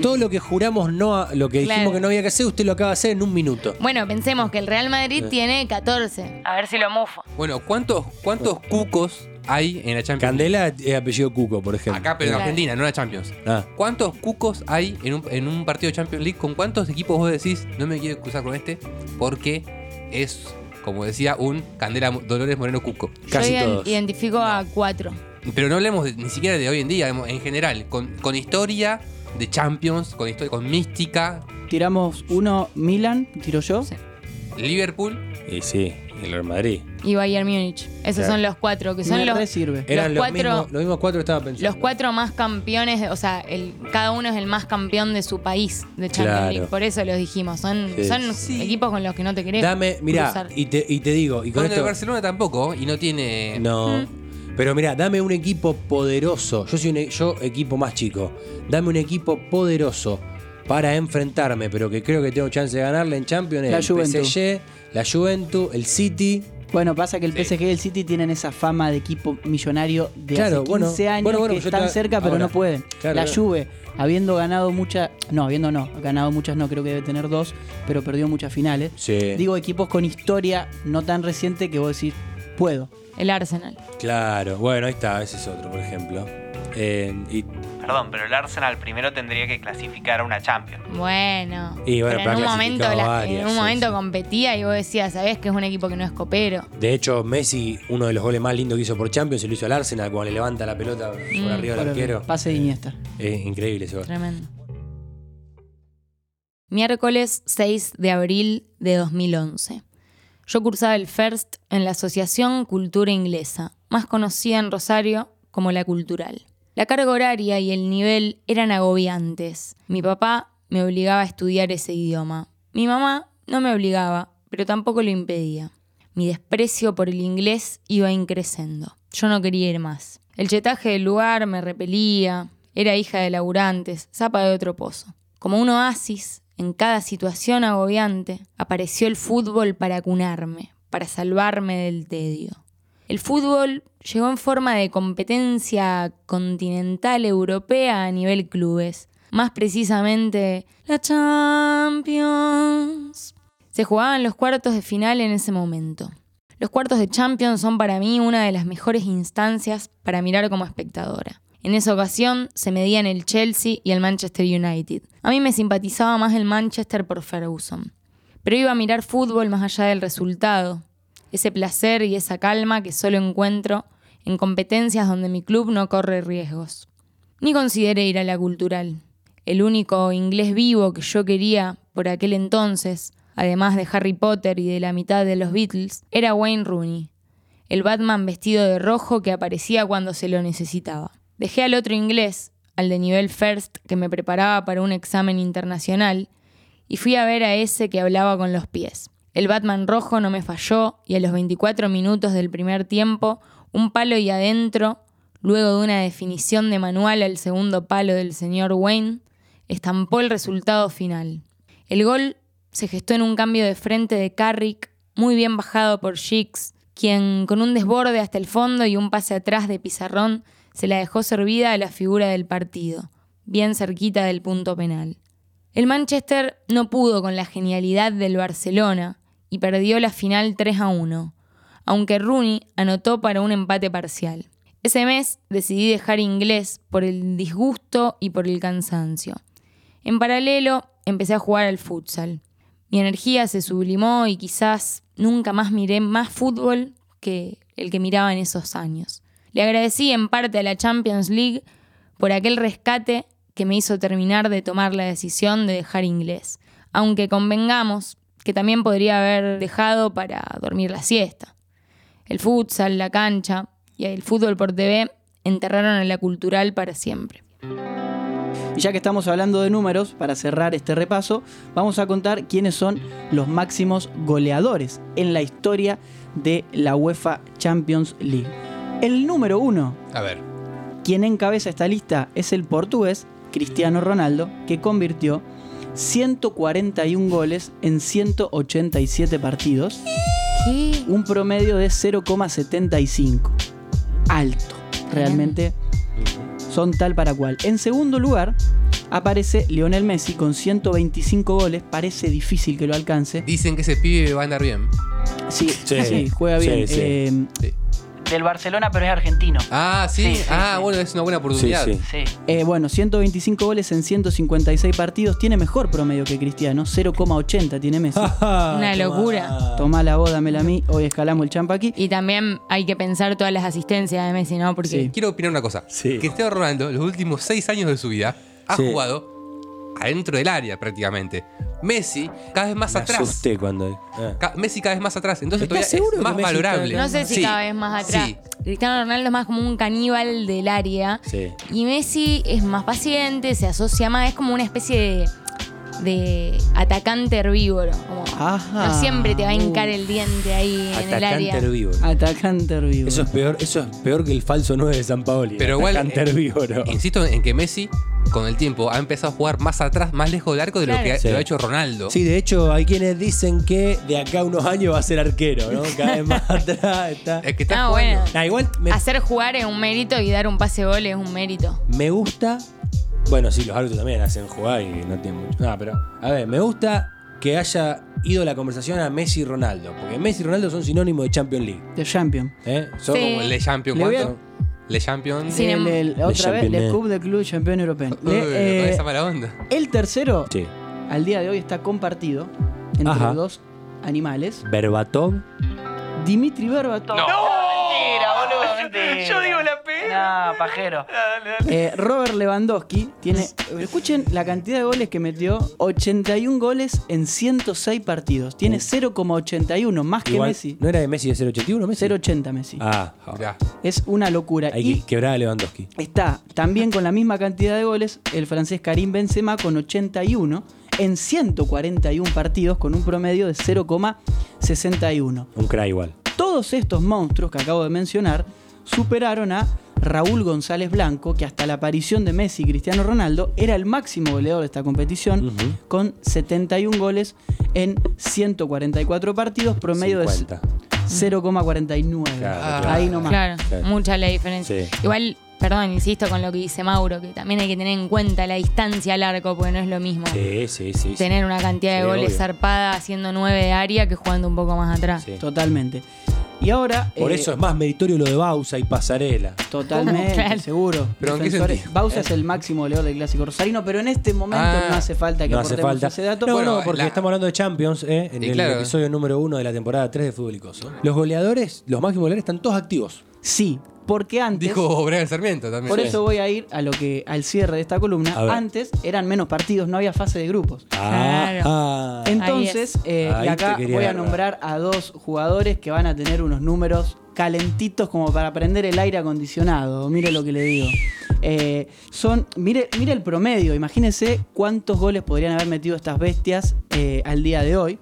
Speaker 3: Todo lo que juramos no, a- lo que dijimos
Speaker 2: Claro.
Speaker 3: que no había que hacer, usted lo acaba de hacer en un minuto.
Speaker 2: Bueno, pensemos que el Real Madrid tiene 14. A ver si lo mufo.
Speaker 4: Bueno, ¿cuántos, cuántos cucos hay en la Champions?
Speaker 3: Candela es apellido Cuco, por ejemplo.
Speaker 4: Acá, pero en
Speaker 2: Claro.
Speaker 4: Argentina, no en la Champions.
Speaker 3: Ah.
Speaker 4: ¿Cuántos cucos hay en un, en un partido de Champions League? ¿Con cuántos equipos vos decís, no me quiero cruzar con este? Porque es, como decía, un Candela Mo- Dolores Moreno Cuco.
Speaker 3: Casi
Speaker 2: Yo iden-
Speaker 3: todos.
Speaker 2: identifico a 4.
Speaker 4: Pero no hablemos de- ni siquiera de hoy en día, en general, con, con historia de Champions, con, historia, con mística,
Speaker 7: Tiramos uno Milan, tiro yo.
Speaker 2: Sí.
Speaker 4: Liverpool.
Speaker 3: Y sí, el Real Madrid.
Speaker 2: Y Bayern Múnich. Esos
Speaker 3: Claro.
Speaker 2: son los cuatro, que
Speaker 7: Me
Speaker 2: son los,
Speaker 7: re sirve.
Speaker 3: Eran los,
Speaker 2: Los cuatro-
Speaker 3: mismos, los mismos cuatro estaba pensando.
Speaker 2: los cuatro más campeones, de- o sea, el, cada uno es el más campeón de su país de Champions
Speaker 3: Claro.
Speaker 2: League. Por eso los dijimos. Son,
Speaker 3: Sí.
Speaker 2: son
Speaker 4: Sí.
Speaker 2: equipos con los que no te querés.
Speaker 3: Dame, mirá,
Speaker 2: cruzar.
Speaker 3: y te, y te digo, y con
Speaker 4: Bueno, el
Speaker 3: esto.
Speaker 4: Barcelona tampoco, y no tiene...
Speaker 3: No.
Speaker 2: ¿Mm?
Speaker 3: Pero mirá, dame un equipo poderoso. Yo soy un e- yo equipo más chico. Dame un equipo poderoso para enfrentarme, pero que creo que tengo chance de ganarle en Champions.
Speaker 7: La
Speaker 3: el
Speaker 7: Juventus.
Speaker 3: PSG, la Juventus, el City.
Speaker 7: Bueno, pasa que el PSG y el City tienen esa fama de equipo millonario de
Speaker 3: Claro,
Speaker 7: hace 15
Speaker 3: bueno,
Speaker 7: años
Speaker 3: bueno, bueno,
Speaker 7: que
Speaker 3: yo
Speaker 7: están
Speaker 3: te-
Speaker 7: cerca pero
Speaker 3: ahora.
Speaker 7: no pueden.
Speaker 3: Claro,
Speaker 7: la
Speaker 3: claro.
Speaker 7: Juve, habiendo ganado muchas, no, habiendo no, ganado muchas no, creo que debe tener dos, pero perdió muchas finales.
Speaker 3: Sí.
Speaker 7: Digo equipos con historia no tan reciente que vos decís, puedo.
Speaker 2: El Arsenal.
Speaker 3: Claro, bueno, ahí está, ese es otro, por ejemplo. Eh, y,
Speaker 8: Perdón, pero el Arsenal primero tendría que clasificar a una Champions.
Speaker 2: Bueno,
Speaker 3: Y bueno, pero
Speaker 2: pero en un
Speaker 3: ha
Speaker 2: momento,
Speaker 3: clasificado
Speaker 2: la-
Speaker 3: varias,
Speaker 2: en un
Speaker 3: sí,
Speaker 2: momento
Speaker 3: sí.
Speaker 2: competía y vos decías, sabés que es un equipo que no es copero.
Speaker 3: de hecho, Messi, uno de los goles más lindos que hizo por Champions, se lo hizo al Arsenal cuando le levanta la pelota por
Speaker 2: Mm.
Speaker 3: arriba del
Speaker 7: Ahora,
Speaker 3: arquero.
Speaker 7: Pase de Iniesta.
Speaker 3: Es increíble ese gol.
Speaker 2: Tremendo. Miércoles 6 de abril de 2011. Yo cursaba el FIRST en la Asociación Cultura Inglesa, más conocida en Rosario como la Cultural. La carga horaria y el nivel eran agobiantes. Mi papá me obligaba a estudiar ese idioma. Mi mamá no me obligaba, pero tampoco lo impedía. Mi desprecio por el inglés iba increciendo. Yo no quería ir más. El chetaje del lugar me repelía. Era hija de laburantes, zapa de otro pozo. Como un oasis, en cada situación agobiante, apareció el fútbol para cunarme, para salvarme del tedio. El fútbol llegó en forma de competencia continental europea a nivel clubes, más precisamente la Champions. Se jugaban los cuartos de final en ese momento. Los cuartos de Champions son para mí una de las mejores instancias para mirar como espectadora. En esa ocasión se medían el Chelsea y el Manchester United. A mí me simpatizaba más el Manchester por Ferguson. Pero iba a mirar fútbol más allá del resultado. Ese placer y esa calma que solo encuentro en competencias donde mi club no corre riesgos. Ni consideré ir a la cultural. El único inglés vivo que yo quería por aquel entonces, además de Harry Potter y de la mitad de los Beatles, era Wayne Rooney, el Batman vestido de rojo que aparecía cuando se lo necesitaba. Dejé al otro inglés, al de nivel first que me preparaba para un examen internacional, y fui a ver a ese que hablaba con los pies. El Batman rojo no me falló y a los 24 minutos del primer tiempo, un palo y adentro, luego de una definición de manual al segundo palo del señor Wayne, estampó el resultado final. El gol se gestó en un cambio de frente de Carrick, muy bien bajado por Shix, quien con un desborde hasta el fondo y un pase atrás de Pizarrón se la dejó servida a la figura del partido, bien cerquita del punto penal. El Manchester no pudo con la genialidad del Barcelona y perdió la final 3 a 1, aunque Rooney anotó para un empate parcial. Ese mes decidí dejar inglés por el disgusto y por el cansancio. En paralelo empecé a jugar al futsal. Mi energía se sublimó y quizás nunca más miré más fútbol que el que miraba en esos años. Le agradecí en parte a la Champions League por aquel rescate que me hizo terminar de tomar la decisión de dejar inglés, aunque convengamos que también podría haber dejado para dormir la siesta. El futsal, la cancha y el fútbol por TV enterraron a la cultural para siempre.
Speaker 7: Y ya que estamos hablando de números, para cerrar este repaso, vamos a contar quiénes son los máximos goleadores en la historia de la UEFA Champions League. El número uno,
Speaker 4: A ver.
Speaker 7: quien encabeza esta lista, es el portugués Cristiano Ronaldo, que convirtió 141 goles en 187 partidos,
Speaker 2: ¿Qué?
Speaker 7: un promedio de 0,75. Alto, realmente son tal para cual. En segundo lugar, aparece Lionel Messi con 125 goles. Parece difícil que lo alcance.
Speaker 4: Dicen que ese pibe va a andar bien.
Speaker 7: Sí,
Speaker 3: Sí,
Speaker 7: sí, juega
Speaker 3: sí,
Speaker 7: bien.
Speaker 3: sí.
Speaker 7: Eh,
Speaker 9: Del Barcelona, pero es argentino.
Speaker 4: Ah, sí.
Speaker 9: Sí, sí,
Speaker 4: ah,
Speaker 9: sí.
Speaker 4: bueno, es una buena
Speaker 3: Sí,
Speaker 4: oportunidad.
Speaker 3: sí.
Speaker 9: Sí.
Speaker 7: eh, bueno, 125 goles en 156 partidos. Tiene mejor promedio que Cristiano. 0,80 tiene Messi.
Speaker 2: Una locura.
Speaker 7: Tomá la boda, a mí. Hoy escalamos el champa aquí.
Speaker 2: Y también hay que pensar todas las asistencias de Messi, ¿no? Porque
Speaker 7: Sí.
Speaker 4: Quiero opinar una cosa.
Speaker 3: Sí.
Speaker 4: Cristiano Ronaldo, los últimos seis años de su vida, ha
Speaker 3: Sí.
Speaker 4: jugado adentro del área prácticamente. Messi cada vez más
Speaker 3: Me
Speaker 4: atrás.
Speaker 3: asusté cuando. ah.
Speaker 4: Ca- Messi cada vez más atrás. Entonces
Speaker 3: ¿Estás
Speaker 4: todavía es
Speaker 3: seguro que
Speaker 4: más
Speaker 3: Messi está
Speaker 4: valorable.
Speaker 3: atrás?
Speaker 2: no sé si
Speaker 4: Sí.
Speaker 2: cada vez más atrás.
Speaker 4: Sí.
Speaker 2: Cristiano Ronaldo es más como un caníbal del área.
Speaker 3: Sí.
Speaker 2: Y Messi es más paciente, se asocia más, es como una especie de, de atacante herbívoro. como
Speaker 7: Ajá.
Speaker 2: no siempre te va a hincar
Speaker 7: Uh.
Speaker 2: el diente ahí en el
Speaker 3: Atacante
Speaker 2: área.
Speaker 3: herbívoro.
Speaker 7: Atacante herbívoro.
Speaker 3: Eso es peor, eso es peor que el falso 9 de San Paoli.
Speaker 4: Pero igual,
Speaker 3: Atacante
Speaker 4: eh,
Speaker 3: herbívoro.
Speaker 4: Insisto en que Messi, con el tiempo, ha empezado a jugar más atrás, más lejos del arco de lo
Speaker 2: Claro.
Speaker 4: que ha-
Speaker 3: Sí.
Speaker 4: lo ha hecho Ronaldo.
Speaker 3: Sí, de hecho, hay quienes dicen que de acá a unos años va a ser arquero, ¿no? Cada vez más atrás está.
Speaker 4: El que está
Speaker 2: Ah,
Speaker 4: jugando.
Speaker 2: bueno.
Speaker 3: Ah, igual me,
Speaker 2: Hacer jugar es un mérito y dar un pase gol es un mérito.
Speaker 3: me gusta. Bueno, sí, los árbitros también hacen jugar y no tienen mucho. Ah, pero. A ver, me gusta que haya ido la conversación a Messi y Ronaldo. Porque Messi y Ronaldo son sinónimos de Champions League.
Speaker 7: The Champion.
Speaker 3: ¿eh? Son
Speaker 2: Sí.
Speaker 4: Como Le Champion,
Speaker 7: Le voy a-
Speaker 4: ¿cuánto? Le Champion.
Speaker 2: Sí. Sin em-
Speaker 7: El- el- otra vez,
Speaker 3: Champions,
Speaker 7: el
Speaker 3: eh.
Speaker 7: Club del Club Champion Europeo.
Speaker 4: Uy,
Speaker 7: Le-
Speaker 4: con
Speaker 7: eh,
Speaker 4: esa mala onda.
Speaker 7: el tercero,
Speaker 3: Sí.
Speaker 7: al día de hoy, está compartido entre
Speaker 3: Ajá.
Speaker 7: los dos animales.
Speaker 3: Berbatov.
Speaker 7: Dimitri Berbatov,
Speaker 9: Mentira, boludo, mentira.
Speaker 8: Yo digo la P.
Speaker 9: No, pajero.
Speaker 7: eh, Robert Lewandowski tiene, escuchen la cantidad de goles que metió, 81 goles en 106 partidos, tiene 0,81 más que
Speaker 3: Igual,
Speaker 7: Messi,
Speaker 3: ¿No era de Messi de 081 Messi?
Speaker 7: 0,80 Messi.
Speaker 3: Ah, joder.
Speaker 4: Mirá.
Speaker 7: Es una locura.
Speaker 3: hay
Speaker 7: Y
Speaker 3: que quebrar a Lewandowski.
Speaker 7: está también con la misma cantidad de goles el francés Karim Benzema con 81 en 141 partidos con un promedio de 0,61.
Speaker 3: Un cra igual.
Speaker 7: Todos estos monstruos que acabo de mencionar superaron a Raúl González Blanco, que hasta la aparición de Messi y Cristiano Ronaldo era el máximo goleador de esta competición,
Speaker 3: Ujú.
Speaker 7: con 71 goles en 144 partidos, promedio
Speaker 3: 50.
Speaker 7: de 0,49.
Speaker 3: Claro,
Speaker 4: Ah.
Speaker 3: claro.
Speaker 7: Ahí nomás.
Speaker 2: Claro,
Speaker 3: Claro.
Speaker 2: mucha la diferencia.
Speaker 3: Sí.
Speaker 2: Igual Perdón, insisto con lo que dice Mauro, que también hay que tener en cuenta la distancia al arco, porque no es lo mismo
Speaker 3: Sí, sí, sí. sí.
Speaker 2: tener una cantidad de
Speaker 3: Sí,
Speaker 2: goles
Speaker 3: obvio.
Speaker 2: zarpada haciendo nueve de área que jugando un poco más atrás.
Speaker 3: Sí.
Speaker 7: Totalmente. Y ahora.
Speaker 3: Por
Speaker 7: eh,
Speaker 3: eso es más meritorio lo de Bausa y Pasarela.
Speaker 7: Totalmente,
Speaker 2: Claro.
Speaker 7: seguro.
Speaker 4: Pero ¿en qué
Speaker 7: Defensores.
Speaker 4: sentido? Eh.
Speaker 7: Bausa es el máximo goleador del clásico rosarino, pero en este momento
Speaker 4: Ah,
Speaker 7: no hace falta que
Speaker 3: No hace
Speaker 7: aportemos
Speaker 3: falta.
Speaker 7: ese dato.
Speaker 3: No,
Speaker 4: Bueno,
Speaker 3: no, porque
Speaker 4: la-
Speaker 3: estamos hablando de Champions ¿eh? en
Speaker 4: Y
Speaker 3: el
Speaker 4: claro.
Speaker 3: episodio número uno de la temporada 3 de Fútbol y Coso. Los goleadores, los máximos goleadores, están todos activos.
Speaker 7: Sí, porque antes.
Speaker 4: Dijo Brian Sarmiento también.
Speaker 7: por
Speaker 4: Sí.
Speaker 7: eso voy a ir a lo que al cierre de esta
Speaker 3: A ver.
Speaker 7: columna. Antes eran menos partidos, no había fase de grupos.
Speaker 2: Claro.
Speaker 3: Ah, ah.
Speaker 7: Entonces, eh,
Speaker 3: Ahí
Speaker 7: y
Speaker 3: te
Speaker 7: acá
Speaker 3: quería
Speaker 7: voy a
Speaker 3: agarrar.
Speaker 7: nombrar a dos jugadores que van a tener unos números calentitos como para prender el aire acondicionado. Mire lo que le digo. Eh, son, mire, mire el promedio, imagínense cuántos goles podrían haber metido estas bestias eh, al día de hoy.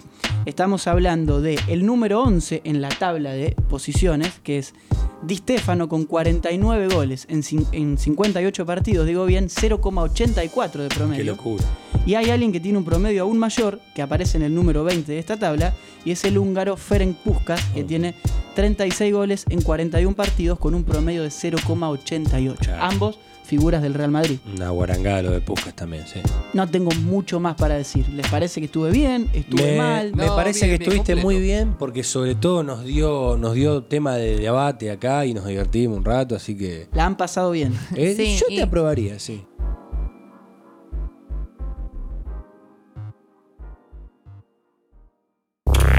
Speaker 7: Estamos hablando de el número 11 en la tabla de posiciones, que es Di Stefano con 49 goles en, cin- en 58 partidos, digo bien, 0,84 de promedio.
Speaker 3: Qué locura.
Speaker 7: Y hay alguien que tiene un promedio aún mayor, que aparece en el número 20 de esta tabla, y es el húngaro Ferenc Puskas, que tiene 36 goles en 41 partidos con un promedio de 0,88.
Speaker 3: Claro.
Speaker 7: Ambos figuras del Real Madrid.
Speaker 3: Una guarangada lo de Puskas también, sí.
Speaker 7: No tengo mucho más para decir. ¿Les parece que estuve bien? ¿Estuve
Speaker 3: Me,
Speaker 7: mal?
Speaker 3: me
Speaker 4: No,
Speaker 3: parece
Speaker 4: bien,
Speaker 3: que
Speaker 4: bien,
Speaker 3: estuviste
Speaker 4: completo.
Speaker 3: muy bien porque sobre todo nos dio, nos dio tema de debate acá y nos divertimos un rato, así que...
Speaker 7: La han pasado bien.
Speaker 3: eh,
Speaker 2: Sí,
Speaker 3: yo
Speaker 2: y-
Speaker 3: te aprobaría, sí.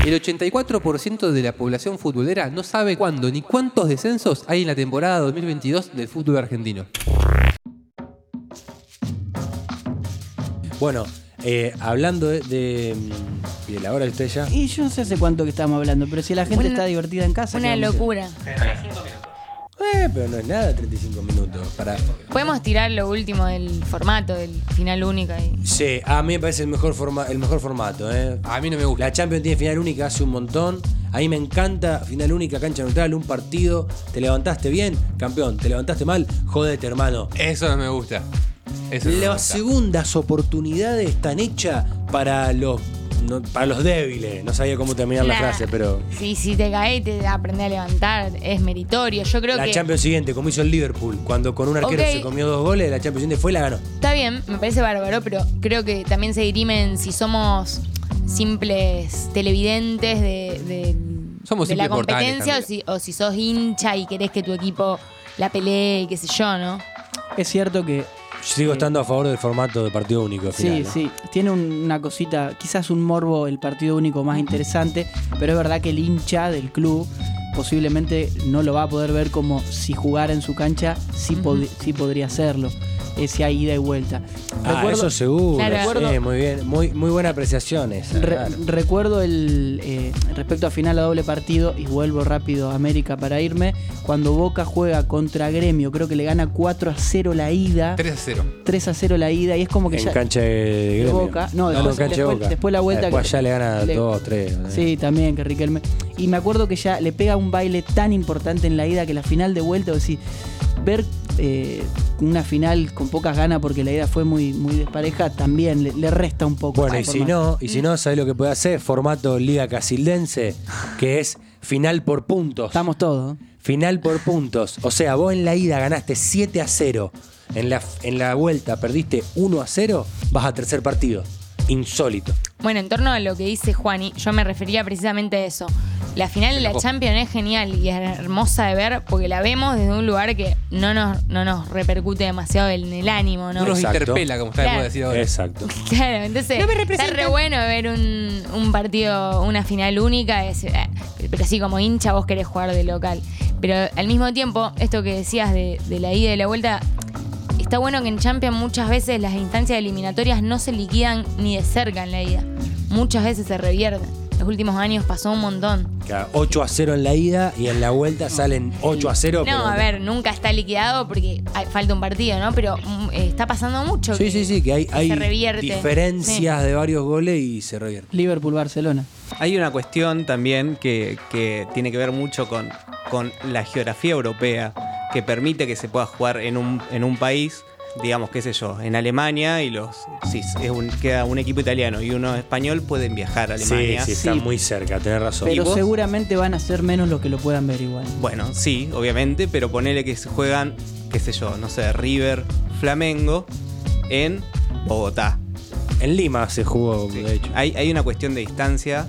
Speaker 4: El 84% de la población futbolera no sabe cuándo ni cuántos descensos hay en la temporada 2022 del fútbol argentino.
Speaker 3: Bueno, eh, hablando de, de, mm, de la hora estrella...
Speaker 7: Y yo no sé hace cuánto que estamos hablando, pero si la gente
Speaker 2: Una-
Speaker 7: está divertida en casa.
Speaker 2: Una
Speaker 7: ¿qué vamos a hacer?
Speaker 2: locura.
Speaker 3: Eh, pero no es nada 35 minutos para...
Speaker 2: Podemos tirar lo último del formato, del final único. y-
Speaker 3: Sí, a mí me parece el mejor, forma, el mejor formato, ¿eh?
Speaker 4: A mí no me gusta.
Speaker 3: La Champions tiene final única hace un montón. A mí me encanta final única, cancha neutral, un partido. Te levantaste bien, campeón. Te levantaste mal, jodete, hermano.
Speaker 4: Eso no me gusta. Eso no me
Speaker 3: Las
Speaker 4: gusta.
Speaker 3: segundas oportunidades están hechas para los, no- para los débiles. No sabía cómo terminar la
Speaker 2: Claro.
Speaker 3: frase, pero.
Speaker 2: Sí, si te caes, te aprende a levantar. Es meritorio. Yo creo
Speaker 3: La
Speaker 2: que.
Speaker 3: Champions siguiente, como hizo el Liverpool, cuando con un arquero
Speaker 2: Ok.
Speaker 3: se comió dos goles, la Champions siguiente fue y la ganó.
Speaker 2: Está bien, me parece bárbaro, pero creo que también se dirimen si somos simples televidentes de, de-
Speaker 4: Somos
Speaker 2: de la
Speaker 4: simples mortales
Speaker 2: competencia o si,
Speaker 4: también.
Speaker 2: o si sos hincha y querés que tu equipo la pelee y qué sé yo, ¿no?
Speaker 7: Es cierto que
Speaker 3: Yo sigo estando a favor del formato de partido único. al
Speaker 7: Sí,
Speaker 3: final, ¿eh? ¿no?
Speaker 7: sí, tiene un- una cosita, quizás un morbo el partido único más interesante, pero es verdad que el hincha del club posiblemente no lo va a poder ver como si jugara en su cancha, sí, pod-
Speaker 2: Ujú.
Speaker 7: sí podría hacerlo, ese ahí ida y vuelta.
Speaker 3: Ah,
Speaker 7: Recuerdo-
Speaker 3: eso seguro.
Speaker 2: Claro.
Speaker 3: sí,
Speaker 7: Recuerdo-
Speaker 3: muy bien. Muy, muy buena apreciación esa.
Speaker 7: Re-
Speaker 3: claro.
Speaker 7: Recuerdo el eh, respecto a final a doble partido y vuelvo rápido a América para irme. Cuando Boca juega contra Gremio, creo que le gana 4 a 0 la ida,
Speaker 4: 3 a 0.
Speaker 7: 3 a 0 la ida y es como que
Speaker 3: en
Speaker 7: ya
Speaker 3: cancha de Gremio.
Speaker 7: Boca. No, después-
Speaker 3: en cancha de
Speaker 7: después-
Speaker 3: Boca.
Speaker 7: después la vuelta
Speaker 3: Después
Speaker 7: que-
Speaker 3: ya le gana
Speaker 7: le-
Speaker 3: 2, 3.
Speaker 7: Sí, también, que Riquelme. Y me acuerdo que ya le pega un baile tan importante en la ida que la final de vuelta, o decir, ver eh, una final con pocas ganas porque la ida fue muy, muy despareja, también le, le resta un poco.
Speaker 3: Bueno, y
Speaker 7: esa
Speaker 3: si
Speaker 7: forma.
Speaker 3: no, y si no, ¿sabés lo que puede hacer? Formato Liga Casildense, que es final por puntos.
Speaker 7: Estamos todos. ¿no?
Speaker 3: Final por puntos. O sea, vos en la ida ganaste 7 a 0. En la, en la vuelta perdiste 1 a 0, vas a tercer partido. Insólito.
Speaker 2: Bueno, en torno a lo que dice Juani, yo me refería precisamente a eso. La final de la
Speaker 4: enojó.
Speaker 2: Champions es genial y es hermosa de ver porque la vemos desde un lugar que no nos, no nos repercute demasiado en el ánimo,
Speaker 4: No
Speaker 2: ¿no?
Speaker 4: nos
Speaker 3: Exacto.
Speaker 4: interpela, como está de
Speaker 2: Claro.
Speaker 4: moda decir ahora.
Speaker 3: Exacto.
Speaker 2: Claro, entonces está re bueno ver un, un partido, una final única, es, eh, pero sí, como hincha vos querés jugar de local. Pero al mismo tiempo, esto que decías de, de la ida y de la vuelta, está bueno que en Champions muchas veces las instancias eliminatorias no se liquidan ni de cerca en la ida. Muchas veces se revierten. Los últimos años pasó un montón.
Speaker 3: 8 a 0 en la ida y en la vuelta salen 8 a 0. pero-
Speaker 2: No, a ver, nunca está liquidado porque hay- falta un partido, ¿no? Pero mm, eh, está pasando mucho.
Speaker 3: Sí,
Speaker 2: que-
Speaker 3: sí, sí, que hay, hay
Speaker 2: revierte.
Speaker 3: diferencias de varios goles y se revierte.
Speaker 7: Liverpool-Barcelona.
Speaker 10: Hay una cuestión también que, que tiene que ver mucho con, con la geografía europea, que permite que se pueda jugar en un, en un país digamos, qué sé yo, en Alemania y los. Si es un- queda un equipo italiano y uno español, pueden viajar a
Speaker 3: Sí,
Speaker 10: Alemania.
Speaker 3: sí, está muy cerca, tenés razón.
Speaker 10: ¿Y
Speaker 7: Pero
Speaker 10: vos?
Speaker 7: seguramente van a ser menos los que lo puedan ver igual.
Speaker 10: Bueno, sí, obviamente, pero ponele que se juegan, qué sé yo, no sé, River, Flamengo, en Bogotá.
Speaker 3: En Lima se jugó, de hecho.
Speaker 10: Hay, hay una cuestión de distancia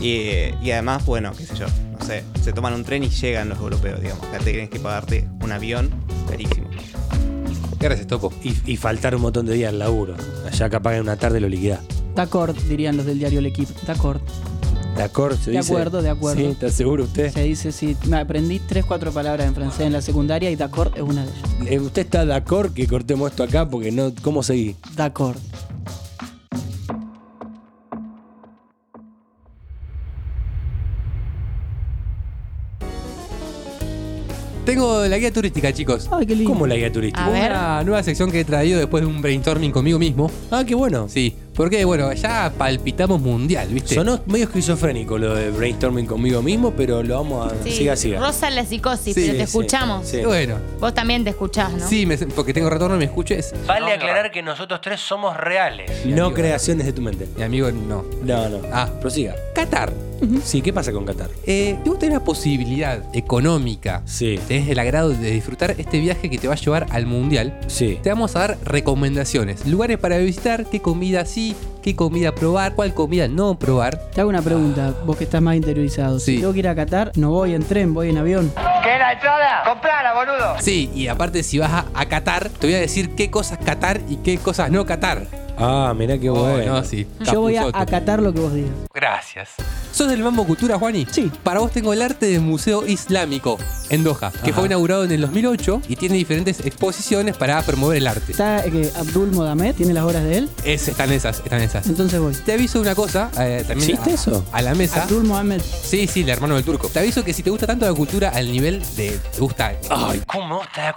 Speaker 10: y, y además, bueno, qué sé yo, no sé, se toman un tren y llegan los europeos, digamos. Acá te tienes que pagarte un avión carísimo.
Speaker 4: Gracias, Topo.
Speaker 3: Y, y faltar un montón de días al laburo. Allá capaz que en una tarde lo liquidás.
Speaker 7: Tacord, dirían los del diario El Equipo. Tacord.
Speaker 3: ¿De acuerdo? se
Speaker 7: De
Speaker 3: dice?
Speaker 7: acuerdo, de acuerdo.
Speaker 3: Sí, ¿está seguro usted?
Speaker 7: Se dice, sí, me aprendí tres, cuatro palabras en francés en la secundaria y Tacord es una de ellas.
Speaker 3: Eh, ¿Usted está de acuerdo que cortemos esto acá? Porque no. ¿Cómo seguí?
Speaker 7: Tacord.
Speaker 4: Tengo la guía turística, chicos.
Speaker 7: Ay, qué lindo.
Speaker 3: ¿Cómo la guía turística?
Speaker 2: A ver.
Speaker 4: Una nueva sección que he traído después de un brainstorming conmigo mismo.
Speaker 3: Ah, qué bueno.
Speaker 4: Sí, porque bueno, ya palpitamos mundial, ¿viste?
Speaker 3: Sonó medio esquizofrénico lo de brainstorming conmigo mismo, pero lo vamos a.
Speaker 2: Sí,
Speaker 3: Siga, siga.
Speaker 2: Rosa la psicosis,
Speaker 4: Sí,
Speaker 2: pero te
Speaker 3: sí,
Speaker 2: escuchamos.
Speaker 3: sí.
Speaker 4: Bueno,
Speaker 2: Vos también te escuchás, ¿no?
Speaker 4: sí, me- porque tengo retorno y me escuches.
Speaker 1: Vale aclarar que nosotros tres somos reales.
Speaker 3: No
Speaker 4: amigo.
Speaker 3: creaciones de tu mente.
Speaker 4: Mi amigo, no.
Speaker 3: No, no.
Speaker 4: Ah.
Speaker 3: prosiga.
Speaker 4: Qatar.
Speaker 3: Sí, ¿qué pasa con Qatar?
Speaker 4: Eh, si vos tenés la posibilidad económica,
Speaker 3: Sí,
Speaker 4: tenés el agrado de disfrutar este viaje que te va a llevar al mundial,
Speaker 3: sí.
Speaker 4: te vamos a dar recomendaciones. Lugares para visitar, qué comida sí, qué comida probar, cuál comida no probar.
Speaker 7: Te hago una pregunta, vos que estás más interiorizado.
Speaker 4: Sí.
Speaker 7: Si tengo que ir a Qatar, no voy en tren, voy en avión.
Speaker 9: ¿Qué la entrada? Comprala, boludo.
Speaker 4: Sí, y aparte si vas a, a Qatar, te voy a decir qué cosas Qatar y qué cosas no Qatar.
Speaker 3: Ah, mirá qué
Speaker 4: Oh,
Speaker 3: bueno.
Speaker 4: no, sí.
Speaker 7: Yo voy a
Speaker 4: Capuzoto.
Speaker 7: acatar lo que vos digas.
Speaker 4: Gracias. ¿Sos del Mambo Cultura, Juani?
Speaker 7: Sí.
Speaker 4: Para vos tengo el arte del Museo Islámico en Doha, que fue inaugurado en el 2008 y tiene diferentes exposiciones para promover el arte.
Speaker 7: Está eh, que Abdul Mohamed, tiene las horas de él,
Speaker 4: Es, están esas, están esas.
Speaker 7: entonces voy.
Speaker 4: Te aviso una cosa, eh, también
Speaker 3: ¿Existe
Speaker 4: a,
Speaker 3: eso?
Speaker 4: a la mesa.
Speaker 7: Abdul Mohamed.
Speaker 4: ¿Ah? Sí, sí, el hermano del turco. Te aviso que si te gusta tanto la cultura al nivel de... Te gusta...
Speaker 3: Ah.
Speaker 1: Ay, ¿cómo está la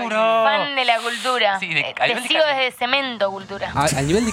Speaker 1: cultura?
Speaker 2: Fan de la cultura.
Speaker 1: Sí, de-
Speaker 2: Eh,
Speaker 1: al
Speaker 2: te
Speaker 1: nivel de
Speaker 2: sigo
Speaker 1: Cali.
Speaker 2: desde cemento cultura.
Speaker 4: a- al nivel de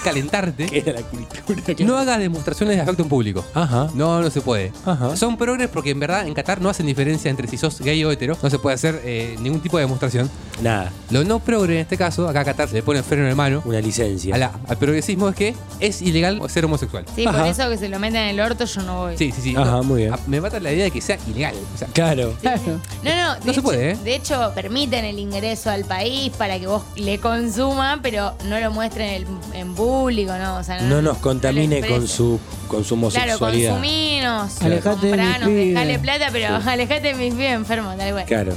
Speaker 4: calentarte,
Speaker 3: ¿Qué era la cultura?
Speaker 4: no hagas demostraciones de afecto en público.
Speaker 3: Ajá.
Speaker 4: No, no se puede.
Speaker 3: Ajá.
Speaker 4: Son progres porque en verdad en Qatar no hacen diferencia entre si sos gay o hetero. No se puede hacer eh, ningún tipo de demostración.
Speaker 3: Nada,
Speaker 4: Lo no progre en este caso, acá a Qatar se le pone freno en mano.
Speaker 3: una licencia.
Speaker 4: a la- al progresismo es que es ilegal ser homosexual.
Speaker 2: Sí, por
Speaker 3: Ajá.
Speaker 2: eso que se lo meten en el orto yo no voy.
Speaker 4: Sí, sí, sí.
Speaker 3: Ajá,
Speaker 4: No,
Speaker 3: muy bien.
Speaker 4: a- Me mata la idea de que sea ilegal. O sea,
Speaker 3: Claro.
Speaker 7: Claro.
Speaker 2: No, no, de
Speaker 4: No se
Speaker 2: hecho-
Speaker 4: puede, ¿eh?
Speaker 2: De hecho, permiten el ingreso al país para que vos le consuman, pero no lo muestren en, en público, ¿no? O sea,
Speaker 3: No nos
Speaker 2: lo
Speaker 3: contamine
Speaker 2: expresen.
Speaker 3: con su, con su
Speaker 2: Claro,
Speaker 3: homosexualidad.
Speaker 2: consuminos,
Speaker 7: Alejate de mis
Speaker 2: compranos,
Speaker 7: pibes.
Speaker 2: dejale plata, pero alejate de mis pies enfermos, tal cual.
Speaker 3: Claro.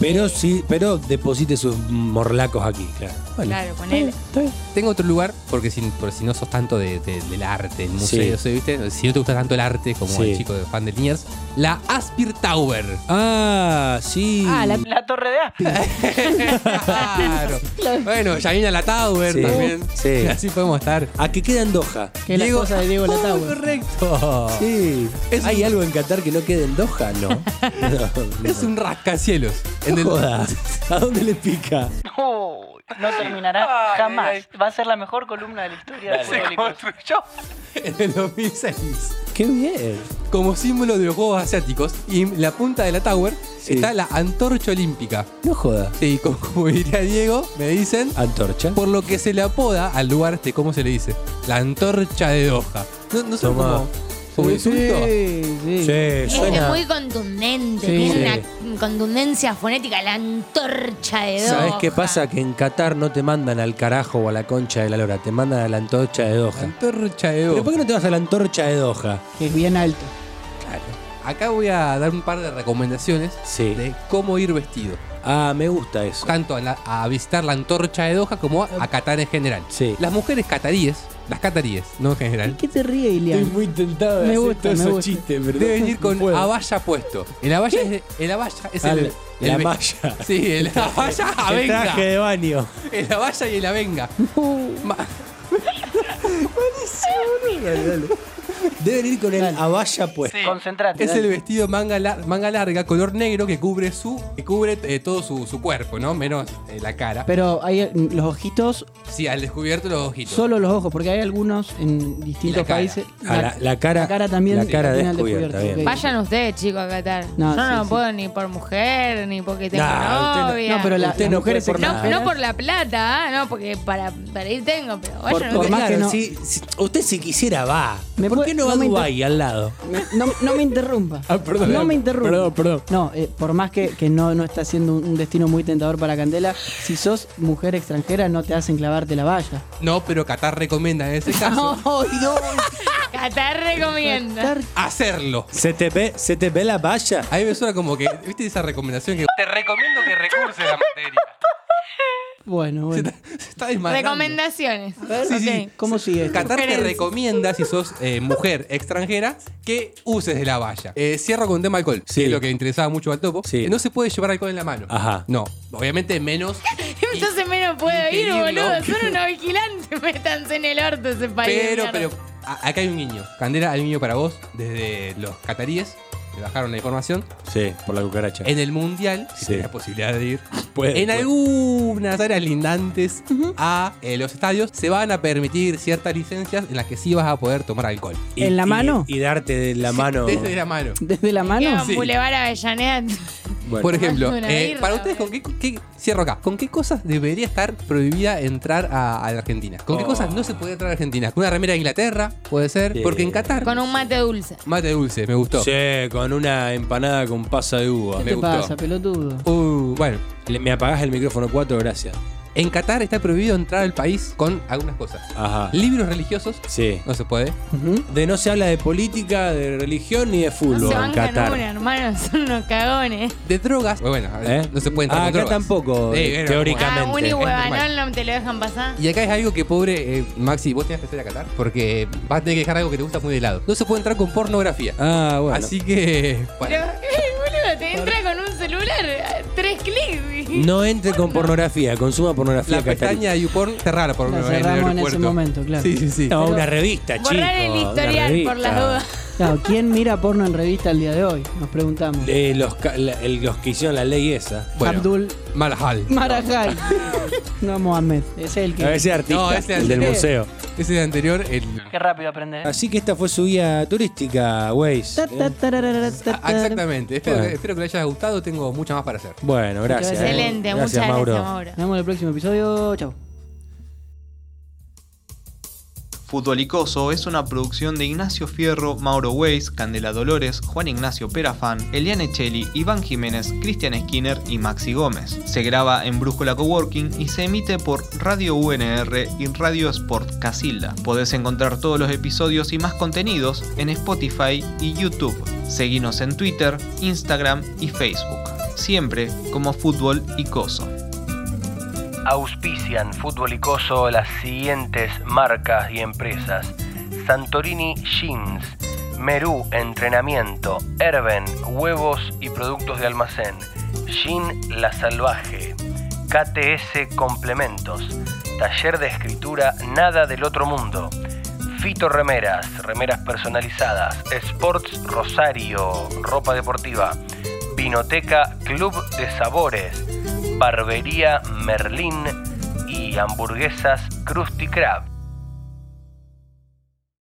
Speaker 3: Pero sí, pero deposite sus morlacos aquí, claro. Bueno.
Speaker 2: Claro, ponele.
Speaker 4: Tengo otro lugar, porque si, por si no sos tanto de, de- del arte, el
Speaker 3: Sí.
Speaker 4: museo, o sea, ¿viste? Si no te gusta tanto el arte como
Speaker 3: Sí.
Speaker 4: el chico de fan de Niers, la Aspir Tower.
Speaker 3: Ah, sí.
Speaker 7: Ah, la-
Speaker 9: La torre de Aspi.
Speaker 4: claro. Bueno, ya viene la Tower
Speaker 3: Sí.
Speaker 4: también.
Speaker 3: Sí.
Speaker 4: Así podemos estar.
Speaker 3: ¿A que queda en Doha?
Speaker 7: Que es la
Speaker 4: Diego-
Speaker 7: cosa de Diego
Speaker 4: Oh,
Speaker 7: Latagua.
Speaker 4: correcto.
Speaker 3: Sí. ¿Hay algo en Qatar que no quede en Doha? No. No, no.
Speaker 4: Es un rascacielos. En el-
Speaker 3: Joda. ¿A dónde le pica?
Speaker 9: No, no terminará jamás. Va a ser la mejor columna de la historia de
Speaker 1: Se
Speaker 9: Futbolicos.
Speaker 1: construyó.
Speaker 4: en el 2006.
Speaker 3: Qué bien.
Speaker 4: como símbolo de los Juegos Asiáticos. Y en la punta de la Tower
Speaker 3: Sí.
Speaker 4: está la antorcha olímpica.
Speaker 3: No joda.
Speaker 4: Sí, como, como diría Diego, me dicen,
Speaker 3: Antorcha.
Speaker 4: por lo que se le apoda al lugar este, ¿cómo se le dice? La antorcha de Doha. No, no sé
Speaker 3: Tomá.
Speaker 4: cómo. Como insulto.
Speaker 7: Sí, sí.
Speaker 3: Sí,
Speaker 2: Este es
Speaker 3: suena.
Speaker 2: muy contundente,
Speaker 7: Sí.
Speaker 2: tiene una contundencia fonética, la antorcha de dos.
Speaker 3: ¿Sabes qué pasa? Que en Qatar no te mandan al carajo o a la concha de la lora, te mandan a la antorcha de Doha.
Speaker 4: Antorcha de
Speaker 3: ¿Pero por
Speaker 4: Doha.
Speaker 3: qué no te vas a la antorcha de Doha?
Speaker 7: Que es bien alto.
Speaker 4: Acá voy a dar un par de recomendaciones
Speaker 3: Sí.
Speaker 4: de cómo ir vestido.
Speaker 3: Ah, me gusta eso.
Speaker 4: Tanto a, la- a visitar la antorcha de Doha como a, a Qatar en general.
Speaker 3: Sí.
Speaker 4: Las mujeres cataríes, las cataríes, no en general,
Speaker 7: ¿Y qué te ríe, Ilian?
Speaker 3: muy tentado
Speaker 7: Me gusta, me gusta.
Speaker 3: pero
Speaker 4: Deben ir
Speaker 3: no
Speaker 4: con
Speaker 3: puedo.
Speaker 4: abaya puesto. El abaya es, el abaya es
Speaker 3: Ah,
Speaker 4: el,
Speaker 3: la- la
Speaker 4: el-
Speaker 3: malla.
Speaker 4: Sí, el abaya
Speaker 3: El
Speaker 4: avenga.
Speaker 3: traje de baño.
Speaker 4: El abaya y el avenga. Ma-
Speaker 3: Deben ir con el abaya puesto.
Speaker 9: Concentrate.
Speaker 4: Es
Speaker 9: dale.
Speaker 4: el vestido manga, lar- manga larga, color negro, que cubre su que cubre eh, todo su, su cuerpo, ¿no? Menos eh, la cara.
Speaker 7: Pero hay mm, los ojitos,
Speaker 4: Sí, al descubierto los ojitos.
Speaker 7: solo los ojos, porque hay algunos en distintos
Speaker 4: cara.
Speaker 7: países.
Speaker 3: Ah, la- la cara-
Speaker 7: también.
Speaker 3: la cara
Speaker 7: tiene al
Speaker 3: descubierta, bien.
Speaker 7: ok.
Speaker 2: Vayan ustedes, chicos, a Qatar.
Speaker 7: No,
Speaker 2: Yo
Speaker 7: sí,
Speaker 2: no
Speaker 7: sí.
Speaker 2: puedo ni por mujer, ni porque tengo
Speaker 3: Nah, usted no-
Speaker 2: novia.
Speaker 7: No, pero la- Ah, ¿eh?
Speaker 3: Usted
Speaker 7: las
Speaker 3: no
Speaker 7: mujeres
Speaker 3: puede
Speaker 7: por
Speaker 3: por
Speaker 2: No,
Speaker 7: más-
Speaker 2: no por la plata, ah, no, porque para, para ir tengo, pero vayan
Speaker 7: por
Speaker 2: ustedes.
Speaker 7: más que
Speaker 3: Claro,
Speaker 7: no-
Speaker 3: si, si- usted si quisiera va.
Speaker 7: Me
Speaker 3: ¿Por
Speaker 7: puede-
Speaker 3: qué no va a
Speaker 7: no me
Speaker 3: Dubái al lado?
Speaker 7: Me- no, no me interrumpa.
Speaker 3: Ah, perdón.
Speaker 7: no me interrumpa.
Speaker 3: Perdón, perdón.
Speaker 7: No, eh, por más que, que no, no está siendo un, un destino muy tentador para Candela, si sos mujer extranjera no te hacen clavarte la valla.
Speaker 4: No, pero Qatar recomienda en ese caso
Speaker 2: Qatar recomienda.
Speaker 7: Estar-
Speaker 4: hacerlo.
Speaker 3: ¿Se te, ve, ¿Se te ve la valla?
Speaker 4: A mí me suena como que, ¿viste esa recomendación que
Speaker 8: Te recomiendo que recurses la materia.
Speaker 7: Bueno, bueno.
Speaker 4: se está desmadrando?
Speaker 2: Recomendaciones.
Speaker 4: Sí, sí.
Speaker 2: Ok.
Speaker 7: ¿Cómo sigue esto?
Speaker 4: Qatar te recomienda, si sos eh, mujer extranjera, que uses de la valla. Eh, cierro con un tema alcohol,
Speaker 3: Sí.
Speaker 4: que es lo que interesaba mucho al topo.
Speaker 3: Sí.
Speaker 4: Eh, No se puede llevar alcohol en la mano.
Speaker 3: Ajá.
Speaker 4: No, obviamente menos.
Speaker 2: Entonces menos puedo ir,
Speaker 4: impedirlo.
Speaker 2: boludo. Son unos vigilantes, métanse en el orto ese país. de
Speaker 4: Pero,
Speaker 2: mierda.
Speaker 4: pero, a- acá hay un guiño. Candela, hay un guiño para vos desde los cataríes. Le bajaron la información.
Speaker 3: Sí, por la cucaracha.
Speaker 4: En el mundial, si
Speaker 3: Sí.
Speaker 4: tenés la posibilidad de ir,
Speaker 3: Puede-
Speaker 4: en
Speaker 3: puede.
Speaker 4: algunas áreas lindantes a eh, los estadios se van a permitir ciertas licencias en las que sí vas a poder tomar alcohol.
Speaker 7: ¿En la mano?
Speaker 3: Y, darte de la mano.
Speaker 4: Desde la mano.
Speaker 7: ¿Desde la mano?
Speaker 2: Quedan Boulevard Avellaneda.
Speaker 3: Bueno.
Speaker 4: Por ejemplo,
Speaker 2: Una
Speaker 4: eh,
Speaker 2: birra,
Speaker 4: para ustedes,
Speaker 2: bro.
Speaker 4: ¿con qué, qué- cierro acá? ¿Con qué cosas debería estar prohibida entrar a, a la Argentina? ¿Con qué cosas no se puede entrar a Argentina? ¿Con una remera de Inglaterra? Puede ser.
Speaker 3: Oh. Sí.
Speaker 4: Porque en Qatar.
Speaker 2: Con un mate dulce.
Speaker 4: Mate dulce, me gustó.
Speaker 3: Sí, con una empanada con pasa de uva.
Speaker 7: ¿Qué
Speaker 4: Me
Speaker 7: te
Speaker 4: gustó.
Speaker 7: pasa, pelotudo?
Speaker 4: Uh, bueno,
Speaker 3: Le- ¿Me apagás el micrófono 4? Gracias.
Speaker 4: en Qatar está prohibido entrar al país con algunas cosas.
Speaker 3: Ajá.
Speaker 4: Libros religiosos,
Speaker 3: Sí.
Speaker 4: no se puede.
Speaker 7: Ujú.
Speaker 3: De no se habla de política, de religión ni de
Speaker 2: No
Speaker 3: fútbol
Speaker 2: se
Speaker 3: en
Speaker 2: bancan
Speaker 3: Qatar.
Speaker 2: una, hermano. Son unos cagones.
Speaker 4: De drogas, bueno,
Speaker 3: ¿Eh?
Speaker 4: no se puede entrar
Speaker 3: Ah,
Speaker 4: con
Speaker 3: acá
Speaker 4: drogas.
Speaker 3: tampoco,
Speaker 4: Sí, bueno,
Speaker 3: teóricamente.
Speaker 2: Ah, un y
Speaker 4: es
Speaker 2: huevanol
Speaker 4: normal.
Speaker 2: no te lo dejan pasar.
Speaker 4: Y acá es algo que, pobre eh, Maxi, vos tenés que hacer a Qatar porque vas a tener que dejar algo que te gusta muy de lado. No se puede entrar con pornografía.
Speaker 3: Ah, bueno.
Speaker 4: Así que. bueno.
Speaker 2: Pero, eh, boludo, te entra con un celular, eh, tres clics. y-
Speaker 3: No entre con pornografía, consuma pornografía
Speaker 4: La
Speaker 3: catarí.
Speaker 4: pestaña de YouPorn cerrada por
Speaker 7: La
Speaker 4: en el
Speaker 7: cerramos en
Speaker 4: aeropuerto.
Speaker 7: ese momento, claro.
Speaker 4: Sí, sí, sí.
Speaker 3: No, una revista, chico.
Speaker 2: Borrar el
Speaker 3: una
Speaker 2: historial por las
Speaker 3: revista.
Speaker 2: dudas.
Speaker 7: Claro, ¿quién mira porno en revista el día de hoy? Nos preguntamos.
Speaker 3: Eh, los, ca- la- el- los que hicieron la ley esa.
Speaker 4: Bueno,
Speaker 7: Abdul
Speaker 4: Malhal.
Speaker 7: Marajay. no, Mohamed. Es el que...
Speaker 3: A veces artista,
Speaker 4: No, ese
Speaker 3: el del
Speaker 4: artista.
Speaker 3: museo.
Speaker 4: Ese de anterior, el.
Speaker 9: Qué rápido aprender.
Speaker 3: Así que esta fue su guía turística, Waze.
Speaker 7: Ta, ta,
Speaker 3: Eh,
Speaker 7: tararara, ta,
Speaker 4: Ah, Exactamente. Espero,
Speaker 3: Bueno.
Speaker 4: que- espero que les haya gustado. Tengo muchas más para hacer.
Speaker 3: Bueno, gracias. eh.
Speaker 2: Excelente,
Speaker 3: gracias,
Speaker 2: muchas
Speaker 3: Mauro.
Speaker 2: gracias, Mauro.
Speaker 7: Nos vemos en el próximo episodio. Chao.
Speaker 10: Futbolicoso es una producción de Ignacio Fierro, Mauro Weiss, Candela Dolores, Juan Ignacio Perafán, Eliane Cheli, Iván Jiménez, Cristian Skinner y Maxi Gómez. Se graba en Brújula Coworking y se emite por Radio UNR y Radio Sport Casilda. Podés encontrar todos los episodios y más contenidos en Spotify y YouTube. Seguinos en Twitter, Instagram y Facebook. Siempre como Fútbol y Coso.
Speaker 1: Auspician Fútbol y Coso las siguientes marcas y empresas: Santorini Jeans, Merú Entrenamiento, Herben Huevos y Productos de Almacén, Gin La Salvaje, KTS Complementos, Taller de Escritura Nada del Otro Mundo. Fito Remeras, remeras personalizadas, Sports Rosario, ropa deportiva, Vinoteca Club de Sabores, Barbería Merlín y hamburguesas Krusty Krab.